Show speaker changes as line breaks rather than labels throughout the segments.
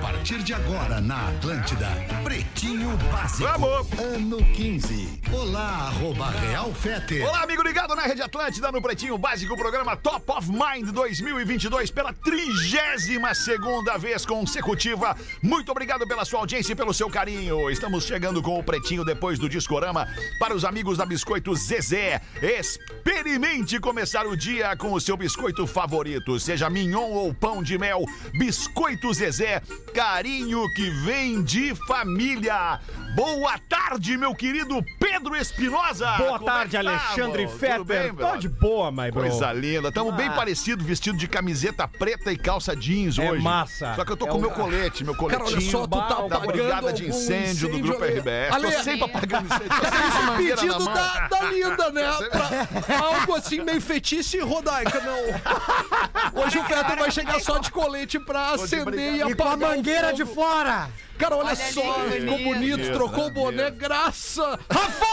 partir de agora na Atlântida. Pretinho Básico.
Vamos!
Ano 15. Olá, arroba Real Fete.
Olá, amigo ligado na Rede Atlântida, no Pretinho Básico, programa Top of Mind 2022, pela 32ª vez consecutiva. Muito obrigado pela sua audiência e pelo seu carinho. Estamos chegando com o Pretinho depois do Discorama para os amigos da Biscoito Zezé. Experimente começar o dia com o seu biscoito favorito, seja mignon ou pão de mel. Biscoito Zezé, carinho que vem de família. Boa tarde, meu querido Pedro Espinosa.
Boa
Como é
tarde,
que tá,
Alexandre
amor? Tudo bem,
Fetter. Tô
brother?
de boa, my bro.
Coisa linda. Tamo bem parecido, vestido de camiseta preta e calça jeans
É
hoje.
massa.
Só que eu tô
É
com o
um-
meu colete, meu coletinho.
Cara, olha só, tu tá
da
apagando
brigada de
algum
incêndio, do
incêndio,
Grupo
Ale.
RBS.
Ale,
tô sempre apagando incêndio. tô sempre com
Era
uma
Tá esse
bandeira na
pedido
mão.
da, da Linda, né? Pra algo assim meio fetiche rodaica, não. Hoje o Fetter vai chegar só de colete pra
de
acender
brigada.
e apagar.
E com a
o
mangueira de
é um fogo.
fora.
Cara, olha,
Olha ali,
só,
que
ficou
bonito.
bonito,
Meu
trocou o
Deus.
boné, graça. Rafa!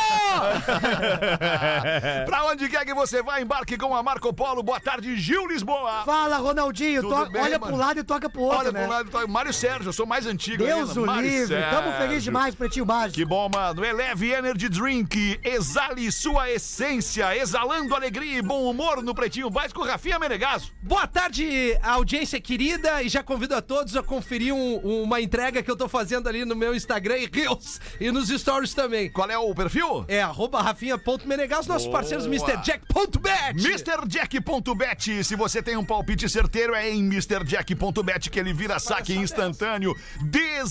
Pra onde quer que você vá, embarque com a Marco Polo. Boa tarde, Gil Lisboa.
Fala, Ronaldinho.
Tudo
toca-
bem,
olha
mano?
pro lado e toca pro outro,
Olha
né?
pro lado, tá- Mário Sérgio, eu sou mais antigo
Deus
ainda.
o
Mário
livre. Tamo
Sérgio.
feliz demais, Pretinho Básico.
Que bom, mano. Eleve Energy Drink. Exale sua essência, exalando alegria e bom humor no Pretinho Básico. Rafinha Menegasso.
Boa tarde, audiência querida, e já convido a todos a conferir um- uma entrega que eu tô fazendo ali no meu Instagram e Reels e nos stories também.
Qual é o perfil?
É arroba rafinha.menegas, nossos parceiros MrJack.bet.
MrJack.bet. Se você tem um palpite certeiro, é em MrJack.bet que ele vira saque instantâneo.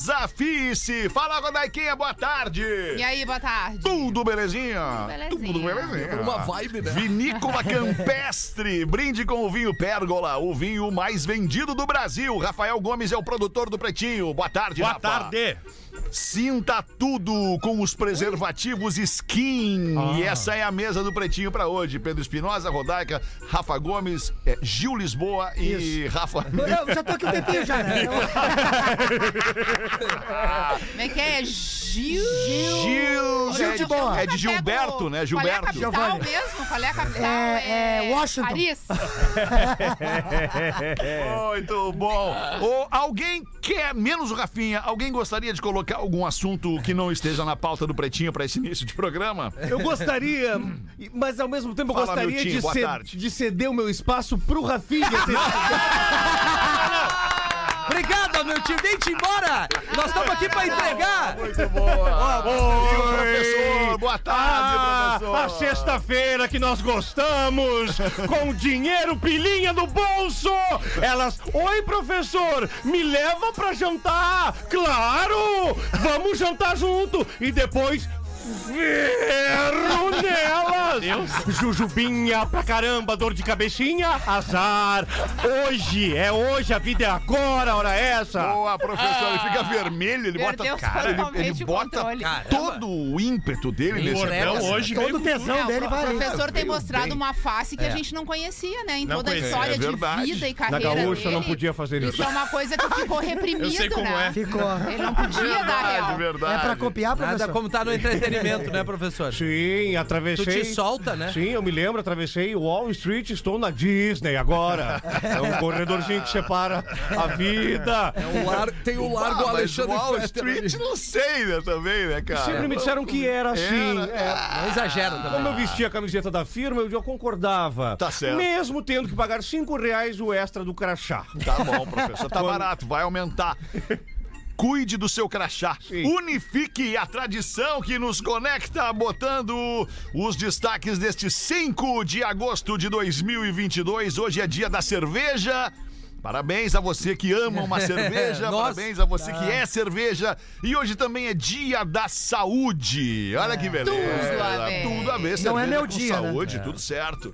Desafie-se. Fala, Rodaiquinha, boa tarde.
E aí, boa tarde.
Tudo belezinha?
Tudo belezinha.
belezinha.
Uma vibe, né?
Vinícola Campestre. Brinde com o vinho Pérgola, o vinho mais vendido do Brasil. Rafael Gomes é o produtor do Pretinho. Boa tarde,
Boa
Rafa.
tarde.
Sinta tudo com os preservativos Skin. E
Ah.
essa é a mesa do Pretinho pra hoje. Pedro Espinosa, Rodaica, Rafa Gomes, eh, Gil Lisboa e Rafa.
Eu já tô aqui um tempinho já, né? Eu-
Como é que é? Gil.
Gil,
Gil
é
de boa.
É de Gilberto, né? Gilberto.
Qual é a capital mesmo? Qual é a capital?
É, é Washington.
Paris.
Muito bom. Ô, alguém quer, menos o Rafinha, alguém gostaria de colocar algum assunto que não esteja na pauta do Pretinho pra esse início de programa?
É.
Eu gostaria, mas ao mesmo tempo eu
Fala,
gostaria
Miltinho,
de,
boa
ced-
tarde.
de ceder o meu espaço pro Rafinha.
Obrigado, meu time. Vem-te embora. Nós estamos aqui pra entregar.
Muito boa. Oi, professor. Boa tarde,
Ah, a
professor.
sexta-feira que nós gostamos, com dinheiro pilinha no bolso. Elas, oi professor, me leva pra jantar. Claro, vamos jantar junto e depois ferro nelas. Jujubinha pra caramba, dor de cabecinha, azar. Hoje é hoje, a vida é agora, hora essa.
Boa, professor. Ele fica vermelho, ele bota.
Perdeu
Cara, ele, ele
totalmente o
bota
controle.
todo o ímpeto dele nesse
Gordão
programa.
hoje
Todo o
veio com
tesão
Não,
dele
o
vai.
professor tem mostrado
bem.
uma face que a gente não conhecia, né? Em
Não
toda a
conhecia,
história
é verdade.
de vida e
Na
carreira
gaúcha
dele.
não podia fazer
Isso
isso.
é uma coisa que ficou reprimida,
Eu sei como
né?
é.
Ficou.
Ele não podia dar
Verdade,
real.
É pra
verdade.
copiar,
Nada
professor?
como tá no entretenimento, né, professor?
Sim,
Tu
atravessei.
te solta, né?
Sim, eu me lembro, atravessei Wall Street, estou na Disney agora. É um corredorzinho que separa a vida.
O É um lar- tem o largo
Ah, mas
Alexandre
Wall
Fetter ali.
Street, não sei, né, também, né, cara?
Sempre me disseram que era assim.
Era,
é.
Não exagera também.
Como eu vestia a camiseta da firma, eu já concordava.
Tá certo.
Mesmo tendo que pagar cinco reais o extra do crachá.
Tá bom, professor. Tá barato, vai aumentar. Cuide do seu crachá. Unifique a tradição que nos conecta, botando os destaques deste 5 de agosto de 2022. Hoje é dia da cerveja. Parabéns a você que ama uma cerveja.
Nossa.
Parabéns a você
Ah.
que é cerveja. E hoje também é dia da saúde. Olha
É.
que beleza.
Tudo a ver.
Tudo a ver.
Não é
cerveja
meu
com
dia, né?
Saúde, tudo certo.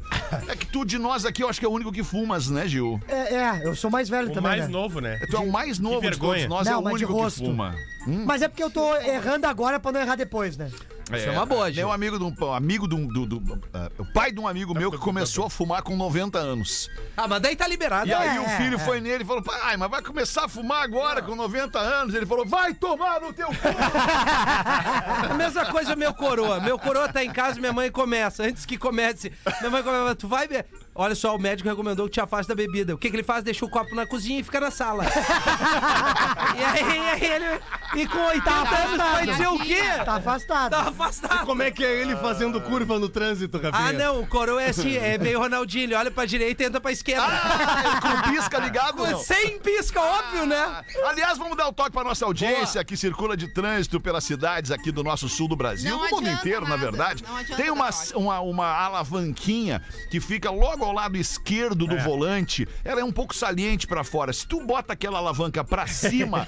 É que tu de nós aqui, eu acho que é o único que fumas, né, Gil?
É, é, eu sou mais velho
O
também.
mais
né?
novo, né?
Tu é o mais novo de todos
vergonha.
nós, é
Não,
o
mas de
único
rosto.
que fuma.
Mas é porque eu tô errando agora pra não errar depois, né?
Isso é uma boa, gente.
Meu amigo, de um, amigo de um- do, do- ah, o pai de um
Tá
amigo meu que começou a fumar com 90 anos.
Ah, mas daí tá liberado.
E
né?
aí
É,
o filho foi nele e falou, pai, mas vai começar a fumar agora com 90 anos. Ele falou, vai tomar no teu cu.
A mesma coisa meu coroa. Meu coroa tá em casa, minha mãe começa. Antes que comece, minha mãe começa, tu vai... be- Olha só, o médico recomendou que te afaste da bebida. O que, que ele faz? Deixa o copo na cozinha e fica na sala. e aí, aí ele. E com 80
Tá
anos vai dizer o quê?
Tá afastado.
Tá afastado.
Como é que é ele fazendo curva no trânsito, Rafinha?
Ah, não, o coroa é assim, é meio Ronaldinho. Ele olha pra direita e entra pra esquerda.
Ah, com pisca ligado? ou não?
Sem pisca, óbvio, né?
é
Aliás, vamos dar o toque para nossa audiência que circula de trânsito pelas cidades aqui do nosso sul do Brasil,
Não
do mundo
adianta
inteiro, na
nada,
verdade.
não adianta
Tem uma,
dar toque.
uma, uma alavanquinha que fica logo ao lado esquerdo do volante. Ela é um pouco saliente para fora. Se tu bota aquela alavanca para cima,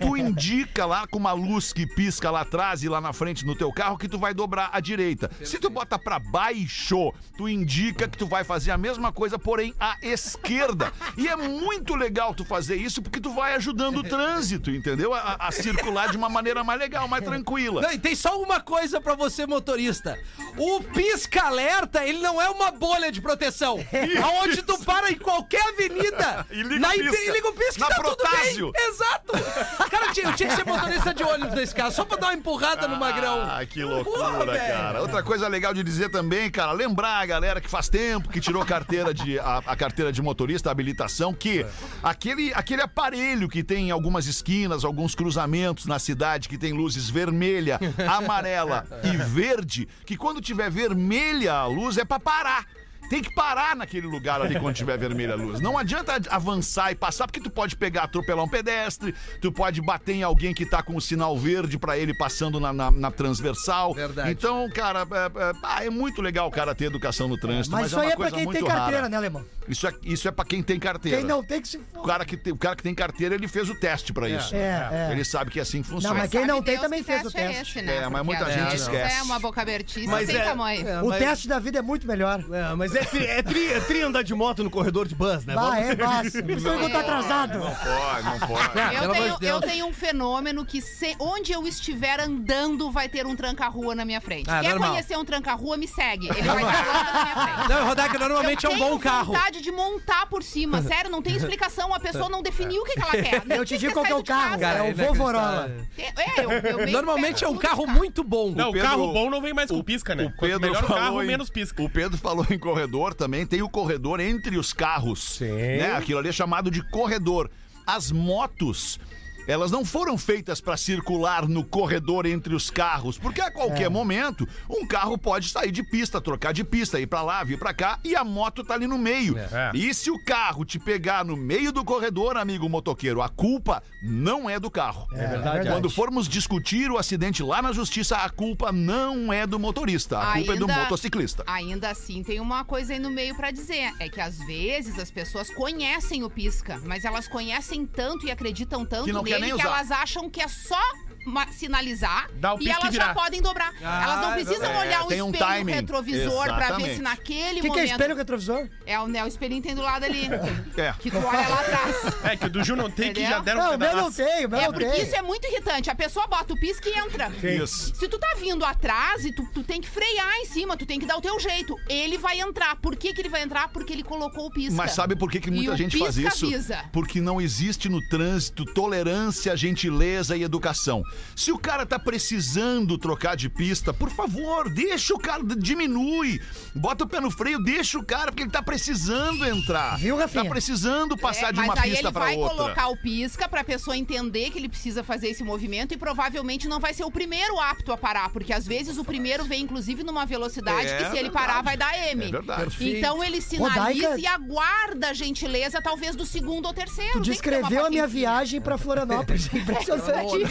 tu indica lá com uma luz que pisca lá atrás e lá na frente no teu carro que tu vai dobrar à direita. Se tu bota para baixo, tu indica que tu vai fazer a mesma coisa, porém à esquerda. E é muito legal tu fazer isso porque tu vai ajudando o trânsito, entendeu? A- A, a circular de uma maneira mais legal, mais tranquila.
Não, e tem só uma coisa pra você, motorista. O pisca-alerta, ele não é uma bolha de proteção. Aonde tu para em qualquer avenida.
E liga o
inte-
pisca.
e liga o pisca
Na
e tá
Protásio.
tudo bem. Exato. Cara, eu tinha, eu tinha que ser motorista de ônibus nesse caso, só pra dar uma empurrada no magrão.
Ah, que
Porra,
loucura,
velho.
cara. Outra coisa legal de dizer também, cara, lembrar a galera que faz tempo que tirou carteira de, a, a carteira de motorista, a habilitação, que aquele, aquele aparelho que tem em algumas esquinas, alguns cruzamentos na cidade, que tem luzes vermelha, amarela e verde, que quando tiver vermelha a luz é pra parar. Tem que parar naquele lugar ali quando tiver vermelha a luz. Não adianta ad- avançar e passar, porque tu pode pegar, atropelar um pedestre, tu pode bater em alguém que tá com o sinal verde pra ele passando na, na- na transversal.
Verdade.
Então, cara, é, é- ah, é muito legal o cara ter educação no trânsito, mas,
Mas isso aí
é
é
uma
pra
coisa
quem
muito
tem carteira,
rara.
né, alemão?
Isso é, isso é pra quem tem carteira.
Quem não tem que se.
O cara que tem, o cara que tem carteira, ele fez o teste pra isso.
É, é.
Ele sabe que assim funciona.
Não, mas quem
Sabe
não tem
Deus
também
que
fez o
é
teste.
esse, né?
É, mas
Porque
muita
às
gente
vezes
esquece.
É uma boca abertice
Mas
sem
é-
tamanho.
é,
O
mas-
teste da vida é muito melhor.
É, mas é tri, é, tri, é tri andar de moto no corredor de bus, né?
Bah,
Vamos-
é fácil. Por isso que eu tô atrasado.
Pode, não pode.
Ah,
Eu
pelo amor
tenho,
de Deus.
eu tenho um fenômeno que se- onde eu estiver andando vai ter um tranca-rua na minha frente.
Ah,
Quer
normal.
conhecer um tranca-rua, me segue. Ele vai estar lá na minha frente.
Não, Rodak normalmente é um bom carro.
Eu tenho vontade de montar por cima. Sério, não tem explicação. A pessoa não definiu o que, que ela quer. Não
Eu te
tinha
digo
ter
qual que é o
saído de
carro,
casa.
cara. É o
Cara,
Vovorola.
É, eu, eu meio
Normalmente é um
perco tudo
carro
de carro.
muito bom.
o
Não, o
Pedro-
carro bom não vem mais com pisca, né?
O
Quanto
Pedro
melhor o
falou
carro,
em-
menos pisca.
O Pedro falou em corredor também. Tem o corredor entre os carros. Sim. Aquilo ali é chamado de corredor. As motos. Elas não foram feitas para circular no corredor entre os carros, porque a qualquer momento um carro pode sair de pista, trocar de pista, ir para lá, vir para cá e a moto tá ali no meio. E se o carro te pegar no meio do corredor, amigo motoqueiro, a culpa não é do carro. É
verdade.
Quando formos discutir o acidente lá na justiça, a culpa não é do motorista, a culpa é do
Ainda-
motociclista.
Ainda assim, tem uma coisa aí no meio pra dizer. É que às vezes as pessoas conhecem o pisca, mas elas conhecem tanto e acreditam tanto
Que não
nele
quer nem
que
usar.
elas acham que é só ma- sinalizar
Dá o
e
pisca e
elas já
virar.
podem dobrar.
Ah,
elas não precisam
é,
olhar o
tem um
espelho
timing.
retrovisor pra ver
Exatamente.
se naquele
O que, que é
momento.
espelho retrovisor?
É o, né, o espelhinho tem do lado ali.
É.
Que tu olha lá atrás.
É que o do Ju não tem, que
Entendeu?
já deram
Não,
um
o meu não
pedaço.
tem, o meu
É
não
porque
tem.
isso é muito irritante. A pessoa bota o pisca e entra.
Isso.
Se tu tá vindo atrás e tu, tu tem que frear em cima, tu tem que dar o teu jeito. Ele vai entrar. Por que, que ele vai entrar? Porque ele colocou o pisca.
Mas sabe por que, que
E
muita
o
gente faz
pisca
isso?
avisa.
Porque não existe no trânsito tolerância, gentileza e educação. Se o cara tá precisando trocar de pista, por favor, deixa o cara, diminui. Bota o pé no freio, deixa o cara, porque ele tá precisando entrar.
Viu, Rafinha?
Tá precisando passar
É,
de uma
mas aí
pista
ele
pra
vai
outra.
colocar o pisca pra pessoa entender que ele precisa fazer esse movimento e provavelmente não vai ser o primeiro apto a parar, porque às vezes o primeiro vem inclusive numa velocidade
É
que se ele
verdade.
parar vai dar M.
É verdade.
Então ele sinaliza
Rodaica-
e aguarda a gentileza talvez do segundo ou terceiro.
Tu
Tem que ter uma
descreveu a minha
paciência.
viagem pra Florianópolis. Impressionante.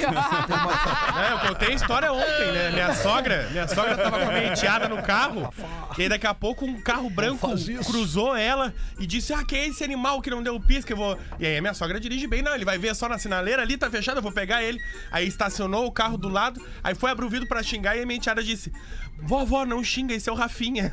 É, eu contei a história ontem, né? Minha sogra, minha sogra tava com a meia enteada no carro. E aí daqui a pouco um carro branco cruzou ela e disse: Ah, que é esse animal que não deu pisca? Eu vou. E aí a minha sogra dirige bem, não. Ele vai ver só na sinaleira ali, tá fechado, eu vou pegar ele. Aí estacionou o carro do lado, aí foi abrir o vidro pra xingar e a minha enteada disse: Vovó, não xinga, esse é o Rafinha.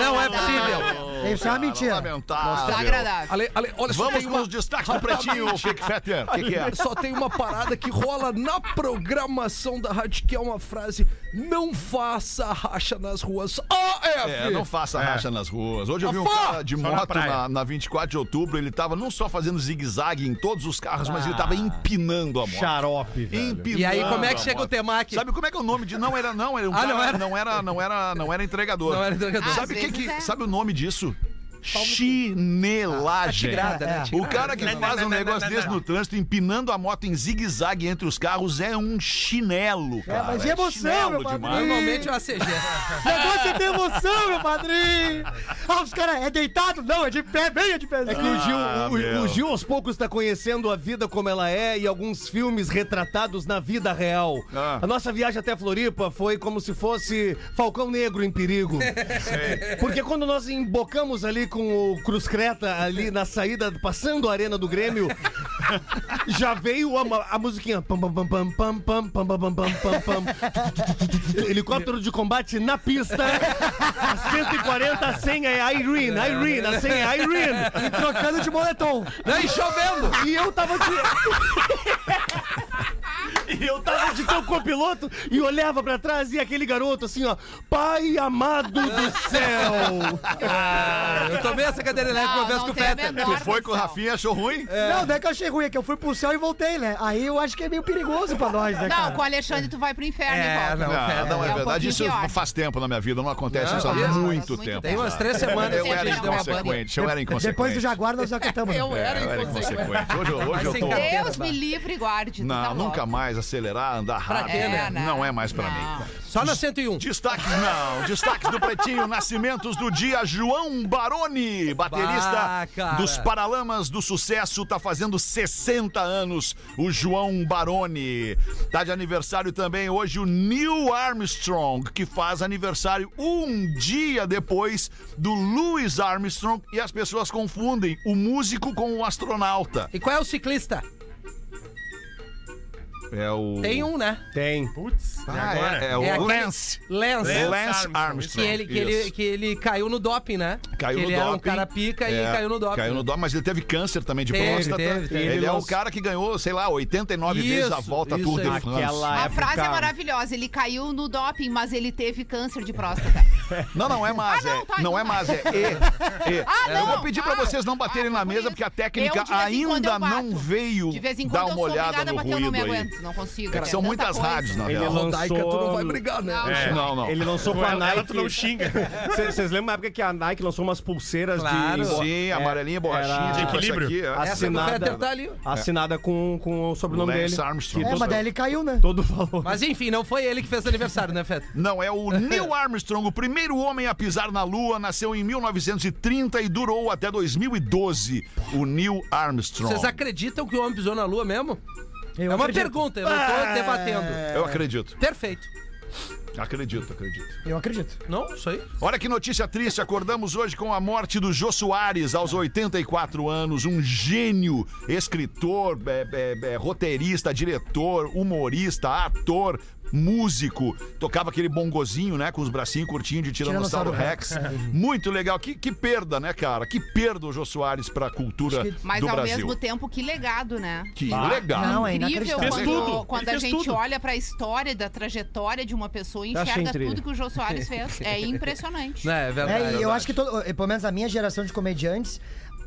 Não é possível.
Isso é uma
cara,
mentira.
Lamentável.
Desagradável.
Ale- Ale- olha só,
Vamos
tem
com
uma-
os destaques do pretinho, Fique Fetter. O que, que é?
Só tem uma parada que rola na programação da rádio, que é uma frase: não faça racha nas ruas. Ah, AF!
É, não faça racha nas ruas. Hoje eu vi um
Afá!
cara de
na
moto na,
praia.
na 24 de outubro. Ele tava não só fazendo zigue-zague em todos os carros, mas ele tava empinando a moto.
Xarope, velho.
Empinando
E aí, como é
a
que chega
moto.
o Temac?
Sabe como é que é o nome de. Não era, não. Era um
Ah,
cara-
não era?
não era. Não era, não era entregador.
Não é era entregador.
Sabe,
Ah,
o que
às
que-
vezes é.
sabe o nome disso? Chinelagem.
tigrada, né?
O cara que faz um negócio desse no trânsito, empinando a moto em zigue-zague entre os carros, é um chinelo, cara.
mas e
é
emoção,
chinelo
meu padre?
demais.
Normalmente é uma CG.
O negócio é ter emoção, meu padrinho. Ah, os caras, é deitado? Não, é de pé, bem é de pé.
É que o Gil,
Ah,
o- o,
meu.
Gil aos poucos está conhecendo a vida como ela é e alguns filmes retratados na vida real.
Ah.
A nossa viagem até Floripa foi como se fosse Falcão Negro em perigo. Porque quando nós embocamos ali com o Cruz Creta, ali na saída, passando a arena do Grêmio, já veio a, ma- a musiquinha. Pam, pam, pam, pam, pam, pam, pam, pam, pam, pam, pam, pam. Helicóptero de combate na pista. A 140, a senha é Irene, Irene, a senha é Irene. E trocando de moletom.
Daí chovendo!
E eu tava de. E eu tava de teu copiloto e olhava pra trás e aquele garoto assim, ó. Pai amado do céu!
Ah, Eu tomei essa cadeira elétrica uma
Não,
vez
não
com o
tem a
Peter.
Tu
menor
foi com o
condição.
Rafinha, achou ruim?
Não, não é que eu achei ruim, é que eu fui pro céu e voltei, né? Aí eu acho que é meio perigoso pra nós, né,
Não,
cara?
com o Alexandre tu vai pro inferno
É,
e volta.
não,
Ah, não é,
É um
verdade.
pouquinho
isso
pior.
faz tempo na minha vida, não acontece
Não,
isso há
faz,
muito
faz muito
tempo.
tempo.
Tem umas três semanas
Eu
que então a
era
gente deu uma banida.
inconsequente, eu era inconsequente.
Depois do Jaguar, nós já cantamos. né?
É, eu era inconsequente. Hoje, eu- hoje
Mas
eu
sem
tô.
cabelo.
Deus me livre e guarde. tu
né? Não,
tá
nunca
louco.
mais acelerar, andar rápido.
quê, né?
Não é mais pra mim.
Só na 101.
Destaques não, destaques do Pretinho, nascimentos do dia, João Baroni,
Bah,
baterista
cara.
dos Paralamas do Sucesso, tá fazendo 60 anos, o João Baroni. Tá de aniversário também hoje o Neil Armstrong, que faz aniversário um dia depois do Louis Armstrong, e as pessoas confundem o músico com o astronauta.
E qual é o ciclista?
É o...
Tem um, né?
Tem.
Putz, e
Ah,
agora?
é, é o
É aquele-
Lance.
Lance.
Lance
Lance
Armstrong,
Que
Armstrong.
ele, que, ele,
isso.
que ele caiu no doping, né?
Caiu
que
no
ele era um
doping.
cara pica e
É,
caiu no doping.
Caiu no doping, mas ele teve câncer também de
Teve,
próstata.
teve, teve.
Ele,
Ele
é o
lançou-
cara que ganhou, sei lá, 89 vezes a
Isso,
volta
isso é
Tour de
aí.
France.
A
época-
frase é maravilhosa. Ele caiu no doping, mas ele teve câncer de próstata.
Não, não é mas,
Ah,
é.
não, tá,
não é
então
mas, é. E, e.
Ah,
É, Eu
não,
vou pedir pra
ah,
vocês não baterem
ah,
na
foi
mesa,
isso.
porque a
Eu,
técnica
de vez em quando, eu
ainda
bato.
não veio
De vez em
dar
quando eu
uma
sou
olhada
obrigada a
no
bater, eu não
ruído
me
aí.
aguento. Não consigo.
É que são
tanta
muitas
coisa.
rádios, na
Ele
real.
lançou-
Rodaica, é tu não vai brigar, né?
Não,
É.
Não, não.
Ele lançou com
Com
a
é
ela
Nike.
tu não xinga.
Vocês vocês lembram na época que a Nike lançou umas pulseiras
Claro.
é
de.
Sim, amarelinha, borrachinha,
era-
tipo
De equilíbrio.
essa aqui, é.
Essa do
Assinada.
Fetter tá ali.
Assinada com, com o sobrenome
Lance
dele.
Armstrong.
Que
É,
todo-
mas daí ele caiu, né?
Todo valor.
Mas enfim, não foi ele que fez aniversário, né, Feta?
Não, é o Neil Armstrong, o primeiro homem a pisar na Lua, nasceu em 1930 e durou até 2012. O Neil Armstrong.
Vocês acreditam que o homem pisou na lua mesmo?
Eu
é uma
acredito.
pergunta, eu não tô debatendo.
É. Eu acredito,
Perfeito.
acredito, acredito.
Eu acredito.
Não, isso aí.
Olha que notícia triste, acordamos hoje com a morte do Jô Soares, aos 84 anos, um gênio, escritor, é, é, é, roteirista, diretor, humorista, ator, músico. Tocava aquele bongozinho, né, com os bracinhos curtinhos de Tiranossauro Rex. Muito legal, que, que perda, né, cara? Que perda o Jô Soares pra cultura
Mas
do
ao
Brasil.
mesmo tempo, que legado, né?
Que legal.
Não, é
Incrível
inacreditável.
Fez tudo,
quando, quando a
ele fez
gente
tudo.
olha pra história da trajetória de uma pessoa e
achei
enxerga
incrível.
tudo que o Jô Soares fez. É impressionante.
Não, é verdade.
É, e eu acho que todo, eh, pelo menos a minha geração de comediantes,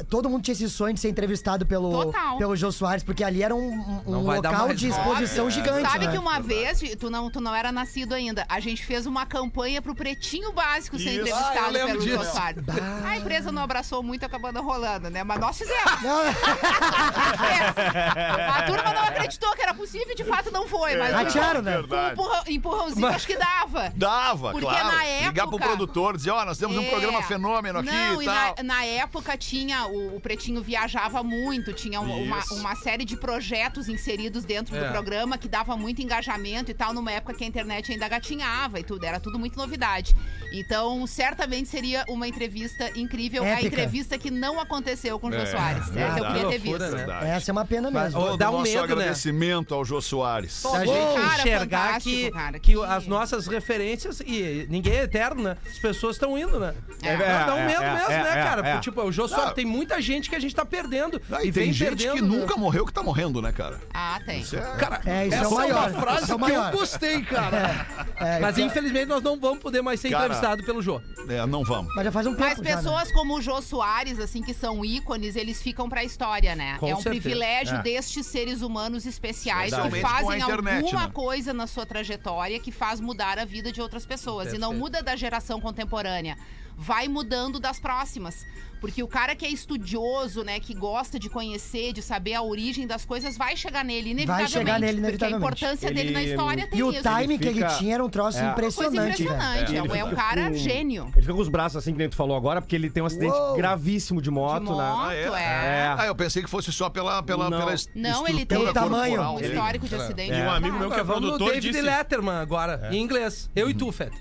todo mundo tinha esse sonho de ser entrevistado pelo,
Total.
pelo Jô Soares, porque ali era um, um- um
Não vai dar
local
mais,
de
não.
exposição gigante.
Sabe
né?
que uma vez, tu não, tu não era nascido ainda, a gente fez uma campanha pro Pretinho Básico ser
Isso.
Ah, eu
entrevistado
lembro
pelo Jô
disso.
Soares. A empresa não abraçou muito, acabou não rolando, né? Mas nós fizemos.
Ah,
a turma não acreditou que era possível, de fato não foi. Mas
Ratearam, né?
com um empurrão- empurrãozinho, acho que dava.
Dava,
Porque
claro.
na
Ligar pro
época-
produtor, dizer, ó, nós temos um
É.
programa fenômeno
Não,
aqui e
na-
tal.
Na, época tinha, o, o Pretinho viajava muito, tinha um- uma,
Isso.
uma série de projetos inseridos dentro
É.
do programa que dava muito engajamento e tal, numa época que a internet ainda gatinhava e tudo, era tudo muito novidade. Então, certamente seria uma entrevista incrível, a
Épica.
entrevista que não
É.
aconteceu com o Jô Soares. Essa eu
verdade.
queria ter visto.
Loucura, né?
Essa é uma pena mesmo.
Mas, ô, Dá um
nosso
medo, né?
agradecimento respeito ao Jô Soares.
Se
bom.
a gente
Cara,
enxergar
fantástico,
que,
cara,
que
que-
as nossas referências, e ninguém é eterno, né? As pessoas estão indo, né?
É,
Cada um
é,
mesmo,
é,
mesmo,
é,
né,
é,
cara?
é.
Porque, tipo, o Jô só tem muita gente que a gente tá perdendo.
Ah,
e
e
vem
tem gente
perdendo.
que
né?
nunca morreu que tá morrendo, né, cara?
Ah, tem.
Isso é-
É, isso é o
Essa
maior.
uma
frase isso é o maior.
gostei, cara.
É,
Mas
isso é-
infelizmente nós não vamos poder mais ser
Cara,
entrevistado pelo Jô.
É, não vamos.
Mas já faz um pouco
Mas
já, né?
pessoas como o Jô Soares, assim, que são ícones, eles ficam pra história, né?
Com
é um
certeza.
privilégio
É.
destes seres humanos especiais
Principalmente
que
com a
fazem
internet,
alguma
né?
coisa na sua trajetória que faz mudar a vida de outras pessoas. E não muda da geração contemporânea. Vai mudando das próximas. Porque o cara que é estudioso, né, que gosta de conhecer, de saber a origem das coisas, vai chegar nele, inevitavelmente.
chegar nele,
Porque a
inevitavelmente.
importância dele na
Ele-
história tem
E o
isso.
timing que ele
fica-
tinha era um troço
É.
Coisa
impressionante, né? velho.
impressionante. É, um cara
com-
gênio.
Ele fica com os braços assim, que nem tu falou agora, porque ele tem um acidente
Uou.
gravíssimo de moto,
De moto,
né?
é.
Ah, eu pensei que fosse só pela, pela,
Não.
pela es-
Não, ele tem
Pelo
estrutura
tamanho.
corporal
um
dele.
histórico de acidente.
E um amigo meu que é
Agora vamos no
produtor
David
disse... É. Uhum.
Letterman agora, em inglês. Eu e tu, Fed.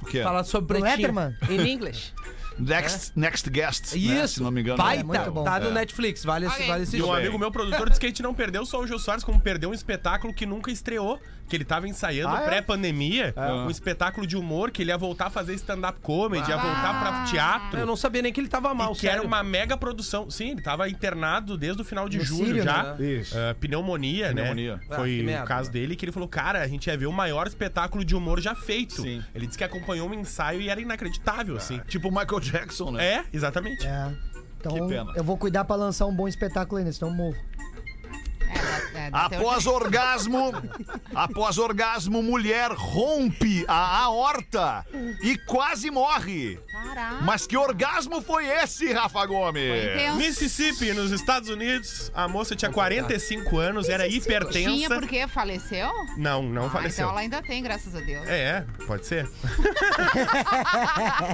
O quê?
Falar sobre
O
pretinho.
Letterman?
Em inglês.
Next, next Guest,
É,
né,
Isso.
se não me engano.
Baita.
muito bom.
Tá no Netflix. Vale, esse-
Ok.
vale esse
E um
jogo.
amigo meu produtor disse que a gente não perdeu só o Gil Soares, como perdeu um espetáculo que nunca estreou, que ele tava ensaiando
Ah, é?
pré-pandemia, um espetáculo de humor que ele ia voltar a fazer stand-up comedy, ia voltar pra teatro.
Eu não sabia nem que ele tava mal,
e que era
sério.
uma mega produção. Sim, ele tava internado desde o final de
No
julho
Sírio,
já.
né?
Isso.
Ah, pneumonia, né?
Pneumonia.
Ah, que
Foi
merda,
o caso dele que ele falou: Cara, a gente ia ver o maior espetáculo de humor já feito.
Sim.
Ele disse que acompanhou um ensaio e era inacreditável, assim.
Tipo o Michael Jackson, né?
É, exatamente.
É. Então,
Que pena.
eu vou cuidar pra lançar um bom espetáculo ainda, senão eu morro.
É, é, é, até hoje-
Após orgasmo, após orgasmo, mulher rompe a aorta e quase morre.
Caraca.
Mas que orgasmo foi esse, Rafa Gomes?
Intenso.
Mississippi, nos Estados Unidos, a moça tinha 45 anos, era
Tinha
hipertensa.
porque faleceu?
Não, não
Ah,
faleceu.
Então ela ainda tem, graças a Deus.
É, é, pode ser.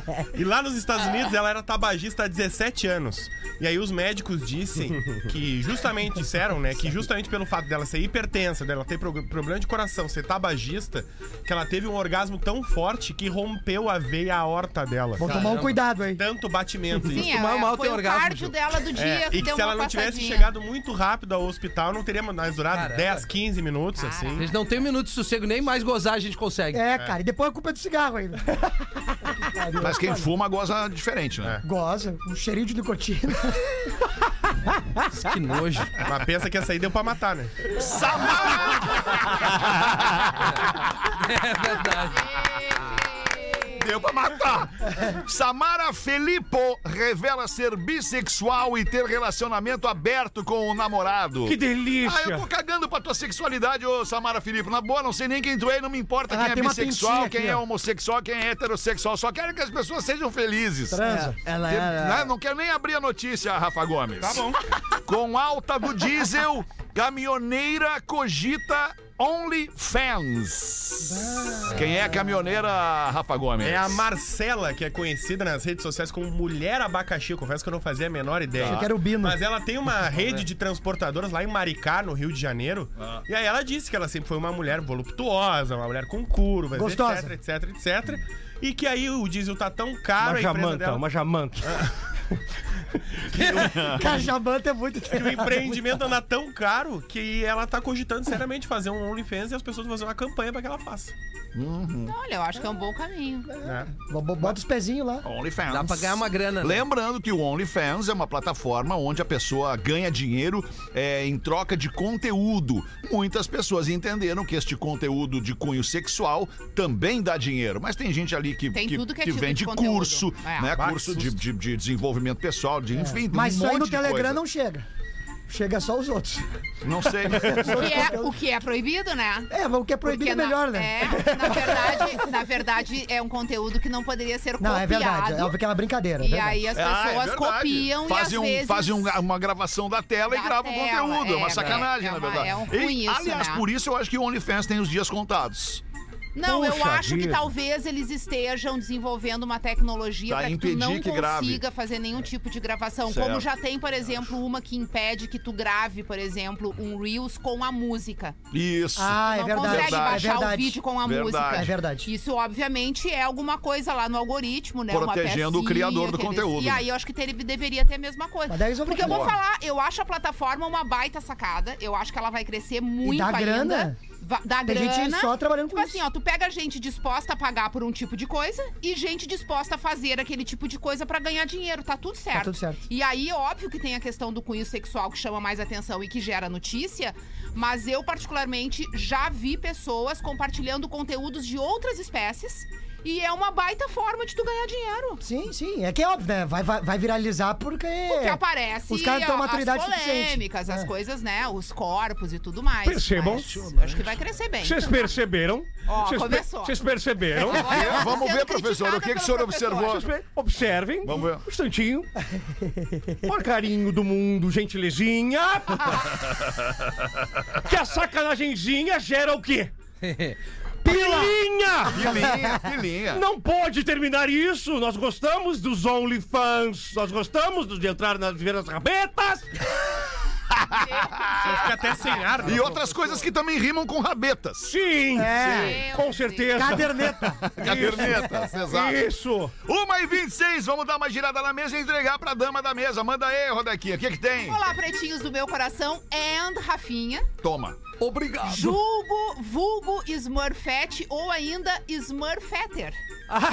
e lá nos Estados Unidos, ela era tabagista há 17 anos. E aí os médicos dissem que justamente disseram, né, que justamente pelo fato dela ser hipertensa, dela ter pro- problema de coração, ser tabagista, que ela teve um orgasmo tão forte que rompeu a veia aorta dela.
Vou tomar um cuidado aí.
Tanto batimento.
Sim, é
tomar
ela,
mal
foi
tem
o
orgasmo,
cardio
Ju.
dela do dia
É,
que
e que
deu
se
uma
ela não tivesse
passadinha.
chegado muito rápido ao hospital, não teria mais durado
Caramba.
10, 15 minutos,
A
assim.
gente não tem um minuto de sossego, nem mais gozar a gente consegue.
É, cara, e depois a culpa é do cigarro ainda.
Mas quem fuma goza diferente, né?
Goza, um cheirinho de nicotina.
Que nojo.
Mas pensa que essa aí deu pra matar, né?
É verdade.
Deu pra matar. Samara Filippo revela ser bissexual e ter relacionamento aberto com o namorado.
Que delícia!
Ah, eu tô cagando pra tua sexualidade, ô Samara Filipe. Na boa, não sei nem quem tu é, não me importa
Ah,
quem é
tem uma
bissexual,
pintinha
quem
aqui,
é
ó.
homossexual, quem é heterossexual. Só quero que as pessoas sejam felizes.
Transa. Ela
Tem- né? Não quero nem abrir a notícia, Rafa Gomes.
Tá bom.
Com alta do diesel, caminhoneira cogita
Ah.
OnlyFans. Quem é a caminhoneira, Rafa Gomes?
É a Marcela, que é conhecida nas redes sociais como Mulher Abacaxi. Eu Confesso que eu não fazia a menor ideia.
que era o Bino.
Mas ela tem uma rede de transportadoras lá em Maricá, no Rio de Janeiro. E aí ela disse que ela sempre foi uma mulher voluptuosa, uma mulher com curvas,
Gostosa.
etc, etc, etc. E que aí o diesel tá tão caro,
Uma
a empresa
jamanta,
dela...
uma jamanta.
Cajamanta é muito tempo.
que o empreendimento anda tão caro que ela tá cogitando seriamente fazer um OnlyFans e as pessoas fazerem uma campanha pra que ela faça.
Olha, eu acho que é um bom caminho.
Bota os pezinhos lá.
OnlyFans.
Dá pra ganhar uma grana, né?
Lembrando que o OnlyFans é uma plataforma onde a pessoa ganha dinheiro é, em troca de conteúdo. Muitas pessoas entenderam que este conteúdo de cunho sexual também dá dinheiro, mas tem gente ali que,
Tem
que,
tudo que é
que
tipo
vende
de conteúdo.
curso,
É.
né?
Bah,
curso
que
de,
susto.
de- de desenvolvimento pessoal, de, enfim,
Mas
um
isso aí
monte
no
de
Telegram
coisa.
não chega. Chega só os outros.
Não sei.
O que é, o que é proibido, né?
É, mas o que é proibido
Porque
é melhor,
na,
né?
É, na verdade, na verdade, é um conteúdo que não poderia ser
Não,
copiado.
é verdade. É óbvio que é uma brincadeira. é
E
verdade.
aí as
Ah, é
pessoas
verdade.
copiam
fazem
e às
um,
vezes...
Fazem um- uma gravação da tela e
Da
gravam o
tela,
conteúdo. É
é,
uma sacanagem,
é
na
uma-
verdade.
é um ruim
E,
isso,
aliás,
né?
por isso eu acho que o OnlyFans tem os dias contados.
Não, eu
Puxa
acho que
vida.
talvez eles estejam desenvolvendo uma tecnologia
Pra
para que tu
impedir
não
que
consiga
grave.
fazer nenhum tipo de gravação.
Certo.
Como já tem, por exemplo, uma que impede que tu grave, por exemplo, um Reels com a música.
Isso.
Ah, é
não
verdade.
consegue
é
baixar
verdade.
o vídeo com a
Verdade.
música.
É verdade.
Isso, obviamente, é alguma coisa lá no algoritmo, né? Uma
Protegendo o
pecinha
criador do
que eles-
conteúdo,
E
né?
aí eu acho que teve- deveria ter a mesma coisa.
Mas daí eles vão
Porque eu vou
continuar.
falar, eu acho a plataforma uma baita sacada. Eu acho que ela vai crescer muito
dá
ainda.
grana?
Va- Dá
Tem
grana.
gente só trabalhando com
Tipo
isso.
assim, ó, tu pega gente disposta a pagar por um tipo de coisa e gente disposta a fazer aquele tipo de coisa pra ganhar dinheiro. Tá tudo certo.
tudo certo.
E aí, óbvio que tem a questão do cunho sexual que chama mais atenção e que gera notícia, mas eu, particularmente, já vi pessoas compartilhando conteúdos de outras espécies e é uma baita forma de tu ganhar dinheiro.
Sim, sim. É que é óbvio, né? Vai, vai, vai viralizar porque.
Que aparece
É. Os caras têm
a-
uma maturidade
as
suficiente.
polêmicas, as
É.
coisas, né? Os corpos e tudo mais.
Percebam.
Mas eu acho que vai crescer bem.
Vocês perceberam?
Ó,
Vocês per-
começou.
Vocês perceberam?
Olha, eu tô
Vamos
sendo
ver, professor,
criticada
o que é que
pelo
o senhor
professor.
observou?
Vocês per- Observem.
Vamos ver.
Um instantinho. Por carinho do mundo, gentilezinha. que a sacanagemzinha gera o quê? Pilinha!
Pilinha, pilinha.
Não pode terminar isso! Nós gostamos dos OnlyFans, nós gostamos dos de entrar nas primeiras rabetas!
Fica até sem ar. né?
E outras coisas que também rimam com rabetas.
Sim!
É.
Meu
Com
Deus.
certeza!
Caderneta.
Cadernetas, exato.
Isso!
1 e 26 vamos dar uma girada na mesa e entregar pra dama da mesa. Manda aí, Rodequinha, o que que tem?
Olá, pretinhos do meu coração, and Rafinha.
Toma.
Obrigado.
Julgo, vulgo Smurfette ou ainda Smurfetter.
Ah,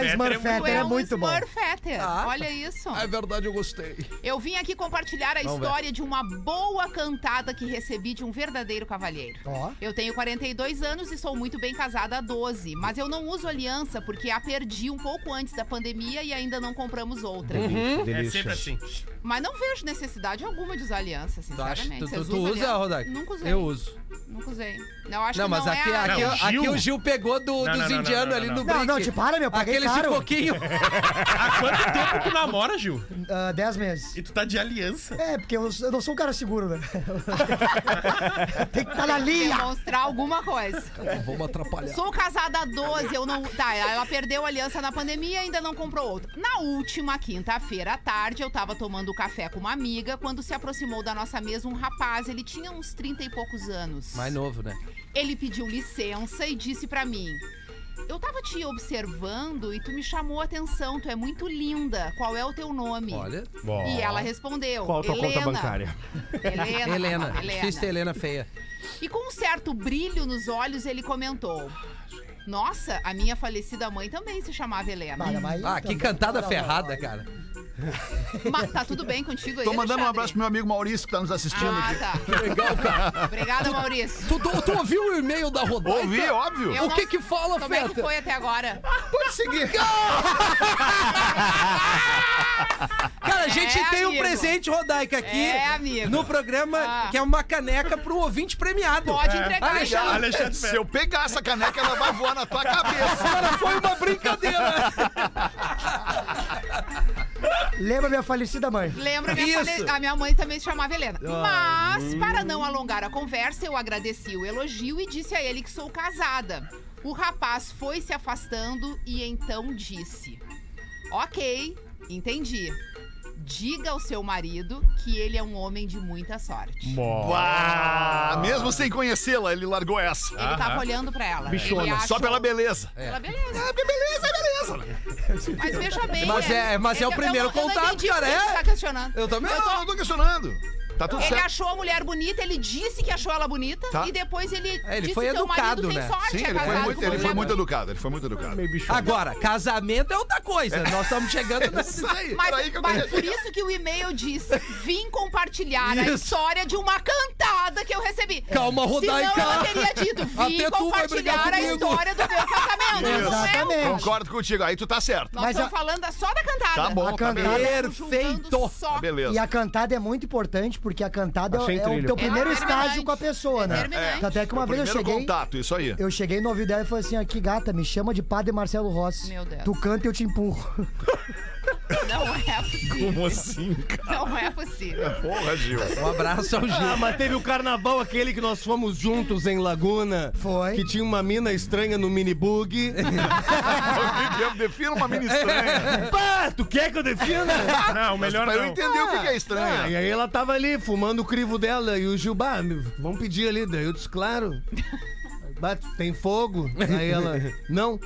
Tu
Smurfetter
é
é
um
muito bom.
Smurfetter.
Ah.
Olha isso.
É verdade, eu gostei.
Eu vim aqui compartilhar a história de uma boa cantada que recebi de um verdadeiro cavalheiro.
Ó.
Eu tenho 42 anos e sou muito bem casada há 12, mas eu não uso aliança porque a perdi um pouco antes da pandemia e ainda não compramos outra.
Uhum.
É sempre assim.
Mas não vejo necessidade alguma de usar aliança,
Tu, acha-
sinceramente.
tu- tu-
Vocês
tu
usam
usa,
aliança?
Rodak?
Nunca usei.
Eu uso.
Nunca usei. Não, acho
Não,
que
mas
não
aqui,
é a-
aqui,
Não,
aqui
Gil.
o Gil pegou do,
Não,
dos
não, não,
indianos
não,
ali
não,
do
Não,
Brick.
não, te para, meu. Paguei
Aquele
caro.
sufoquinho.
Há quanto tempo tu namora, Gil?
Ah, Dez meses.
E tu tá de aliança.
É, porque eu, eu não sou um cara seguro, né? Tem que estar na linha.
demonstrar alguma coisa.
Vamos atrapalhar.
Sou casada há 12, eu não. Tá, ela perdeu a aliança na pandemia e ainda não comprou outra. Na última quinta-feira à tarde, eu tava tomando café com uma amiga quando se aproximou da nossa mesa um rapaz. Ele tinha uns 30 e poucos anos.
Mais novo, né?
Ele pediu licença e disse pra mim. Eu tava te observando e tu me chamou a atenção, tu é muito linda. Qual é o teu nome?
Olha.
E ela respondeu.
Qual a tua
Helena.
conta bancária?
Helena.
Helena.
Helena.
Difícil ter Helena feia.
E com um certo brilho nos olhos, ele comentou: Nossa, a minha falecida mãe também se chamava
Para,
Helena.
vai,
Ah,
então,
que cantada
não, não,
ferrada,
não.
cara.
Mas tá tudo bem contigo aí?
Tô mandando um
Alexandre?
abraço pro meu amigo Maurício que tá nos assistindo
Ah,
aqui.
tá.
Legal, cara.
Obrigada, Maurício.
Tu, tu- tu ouviu o e-mail da Rodaica?
Ouvi, óbvio.
Eu
O que
não-
que fala,
Como é que
Feta?
foi até agora?
Pode seguir.
Cara, a gente
É,
tem um
amigo.
presente Rodaica aqui
É, amigo.
no programa,
Ah.
que é uma caneca pro ouvinte premiado.
Pode entregar.
É.
então.
Alexandre,
Alexandre
Se eu pegar essa caneca, ela vai voar na tua cabeça.
cara, foi uma brincadeira.
Lembra minha falecida mãe.
Lembra minha
Isso. Ah. Hum.
fale- a minha mãe também se chamava Helena. Mas, para não alongar a conversa, eu agradeci o elogio e disse a ele que sou casada. O rapaz foi se afastando e então disse: Ok, entendi. Diga ao seu marido que ele é um homem de muita sorte.
Bah, Ah, mesmo sem conhecê-la, ele largou essa.
Ele tava olhando pra ela. Ele
Bichona,
achou-
só pela beleza.
Pela beleza.
É, beleza, beleza.
Mas veja bem.
Mas é- mas é o
eu
primeiro
não- eu não
contato,
entendi por
cara,
que
é?
você tá questionando.
Eu também
Não, não tô questionando. Tá tudo
Ele
certo.
achou a mulher bonita, ele disse que achou ela bonita
Tá.
e depois ele
É, ele
disse
foi
que teu
educado,
marido tem
né?
sorte,
Sim,
é
ele
casado
foi, muito,
com
ele foi
mulher
muito educado, ele foi muito educado.
Agora, casamento é outra coisa. Nós estamos
É
chegando nesse aí.
Mas,
Era aí que eu
mas
queria
por isso que o e-mail diz: vim compartilhar
Isso.
a história de uma cantada que eu recebi.
Calma, Rodaica.
Senão eu teria dito: vim
Até tu vai brigar
compartilhar a
comigo."
história do meu casamento. não é?
Exatamente.
Concordo contigo, aí tu tá certo.
Nós
Mas
estamos
a-
falando só da cantada.
Tá bom,
A
tá
cantada-
beleza.
Estamos um julgando
Perfeito.
Só.
Tá beleza.
E a cantada é muito importante, porque a cantada é,
Achei
é o
trilho.
teu
É
primeiro
determinante.
estágio com a pessoa, né?
Determinante.
Até que uma
É o
vez eu
primeiro
cheguei.
contato, isso aí.
Eu cheguei no ouvido dela e falei assim: ó, que gata, me chama de padre Marcelo Rossi.
Meu Deus.
Tu canta e eu te empurro.
Não é é possível.
Como assim, cara?
Não é possível.
Porra, Gil.
Um abraço ao
Ah,
Gil.
mas teve o carnaval aquele que nós fomos juntos em Laguna.
Foi.
Que tinha uma mina estranha no minibug.
O que que é? Defina uma mini estranha.
Pá, tu quer que eu defina?
Não, melhor
Pra eu
não.
entender o que que é
Ah, e
estranha.
aí ela tava ali, fumando o crivo dela, e o Gil, bah, me- vamos pedir ali. Daí eu disse, claro. Bah, tem fogo? Aí ela, não.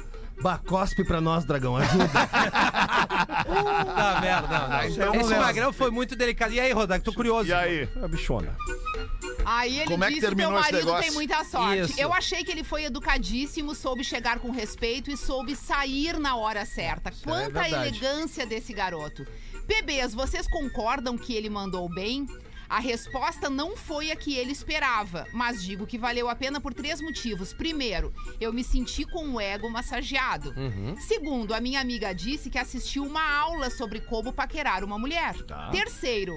Bah, cospe pra nós, dragão, ajuda.
Uh.
Tá merda, não, não.
é um
então
Esse
não.
magrão foi muito delicado. E aí, Rodak, tô curioso.
E aí?
A bichona.
Aí ele
Como é que
disse que meu
terminou esse
marido
negócio?
tem muita sorte.
Isso.
Eu achei que ele foi educadíssimo, soube chegar com respeito e soube sair na hora certa. Quanta
verdade.
elegância desse garoto. Bebês, vocês concordam que ele mandou bem? A resposta não foi a que ele esperava, mas digo que valeu a pena por três motivos. Primeiro, eu me senti com o ego massageado. Segundo, a minha amiga disse que assistiu uma aula sobre como paquerar uma mulher. Terceiro,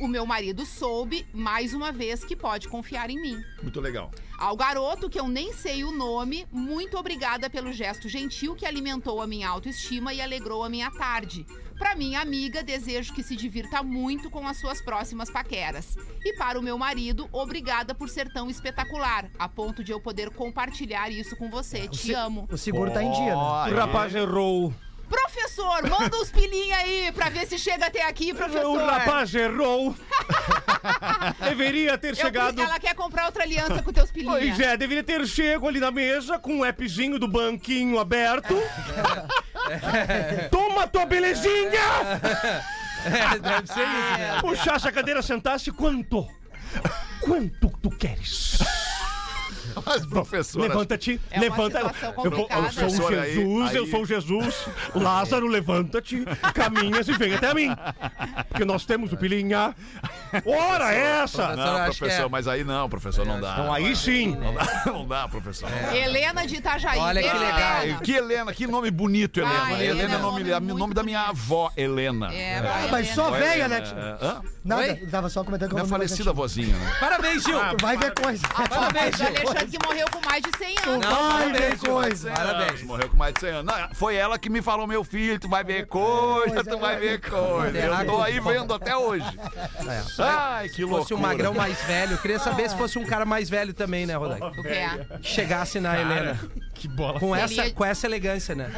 o meu marido soube, mais uma vez, que pode confiar em mim.
Muito legal.
Ao garoto, que eu nem sei o nome, muito obrigada pelo gesto gentil que alimentou a minha autoestima e alegrou a minha tarde. Para minha amiga, desejo que se divirta muito com as suas próximas paqueras. E para o meu marido, obrigada por ser tão espetacular, a ponto de eu poder compartilhar isso com
É,
você. Te amo.
O seguro tá em dia, né?
Ó,
O rapaz errou.
Professor, manda uns pilinha aí pra ver se chega até aqui, professor.
O rapaz errou. Deveria ter
Eu-
chegado.
Ela quer comprar outra aliança com teus pilinhas.
Pois é, deveria ter chego ali na mesa com o appzinho do banquinho aberto. Toma tua belezinha!
É, deve ser
Ah,
isso, né?
é.
Puxasse a cadeira, sentasse quanto? Quanto tu queres?
Mas, professora.
Levanta-te,
É uma
levanta.
situação
Eu, vou-
complicada.
eu sou o
né? Professora, aí-
Jesus, eu
aí-
sou o Jesus. Lázaro, levanta-te, caminhas e vem até mim. Porque nós temos o pilinha. Ora essa!
professora,
Não,
acho que
professor,
é.
mas aí não, professor, não dá.
Então aí sim.
Não dá, não dá, professor. não dá.
Helena de Itajaí.
Olha que
Beijo,
legal.
Helena.
Ai, que Helena, que nome bonito, Helena.
Ah,
Helena, é nome,
um nome
nome,
muito
da minha
bonito.
avó, Helena.
É, vai,
Ah, mas
Helena.
só velha, né? tio?
É, hã?
Nada,
Oi?
tava só comentando que eu
Minha
vou mandar
falecida Ah, vozinha, né?
Parabéns, Gil.
Ah,
pra gente. Vai ver coisa.
Parabéns,
Mas o Alexandre que morreu com mais de 100 anos.
Não,
Vai ver
parabéns, Gil.
coisa.
Parabéns.
Morreu com mais de 100 anos. Não, foi ela que me falou, meu filho, tu vai ver coisa, tu vai ver coisa. Eu tô aí vendo até hoje. É. Ai, que
Se fosse
loucura.
um magrão mais velho, eu queria saber se fosse um cara mais velho também, né, Rodak?
O que é?
Que chegasse na Helena.
Que bola.
Com
Seria-
essa, com essa elegância, né?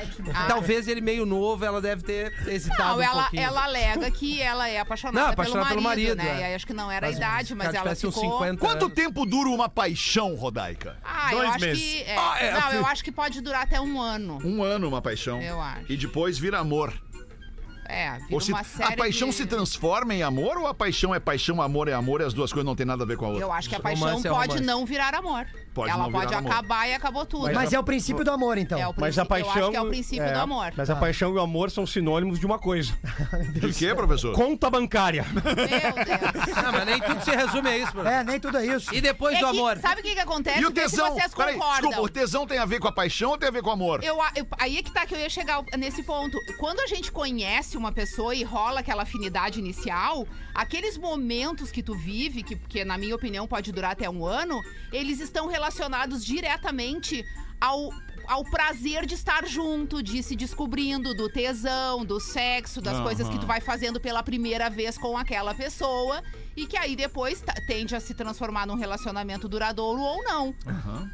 Talvez ele meio novo, ela deve ter hesitado
Não,
um
ela,
pouquinho.
ela é alega que ela é apaixonada,
Não, apaixonada
pelo,
pelo
marido,
marido,
né?
é.
E aí acho que não era a
Mas
idade, mas
cara
ela
tivesse
ficou...
uns 50
Quanto
anos.
tempo dura uma paixão, Rodaica?
Ah, eu
Dois
acho
meses.
que... é.
Ah, é,
não,
assim.
eu acho que pode durar até um ano.
Um ano uma paixão.
Eu acho.
E depois vira amor.
É, vira
Ou se,
uma série
a paixão
de-
se transforma em amor ou a paixão é paixão, amor é amor e as duas coisas não tem nada a ver com a outra?
Eu acho que a paixão
Romance é
pode
romance.
não virar amor.
Pode
ela
não
pode
virar amor.
acabar e acabou tudo.
Mas é o princípio do amor, então.
É o
Mas a
princípio-
paixão.
Eu acho que é o princípio
é,
do amor.
Mas
Ah.
a paixão e o amor são sinônimos de uma coisa:
De quê, professor?
conta bancária.
Meu Deus.
Não, mas nem tudo se resume a isso, mano.
É, nem tudo é isso.
E depois
É
do
que-
amor.
sabe o que, que acontece?
E o
Vê se
tesão?
vocês
Peraí,
concordam.
desculpa, o tesão tem a ver com a paixão ou tem a ver com o amor?
Eu, a- eu- aí é que tá que eu ia chegar nesse ponto. Quando a gente conhece uma pessoa e rola aquela afinidade inicial, aqueles momentos que tu vive, que, que na minha opinião pode durar até um ano, eles estão relacionados diretamente ao. Ao prazer de estar junto, de se descobrindo, do tesão, do sexo, das coisas que tu vai fazendo pela primeira vez com aquela pessoa. E que aí depois ta- tende a se transformar num relacionamento duradouro ou não.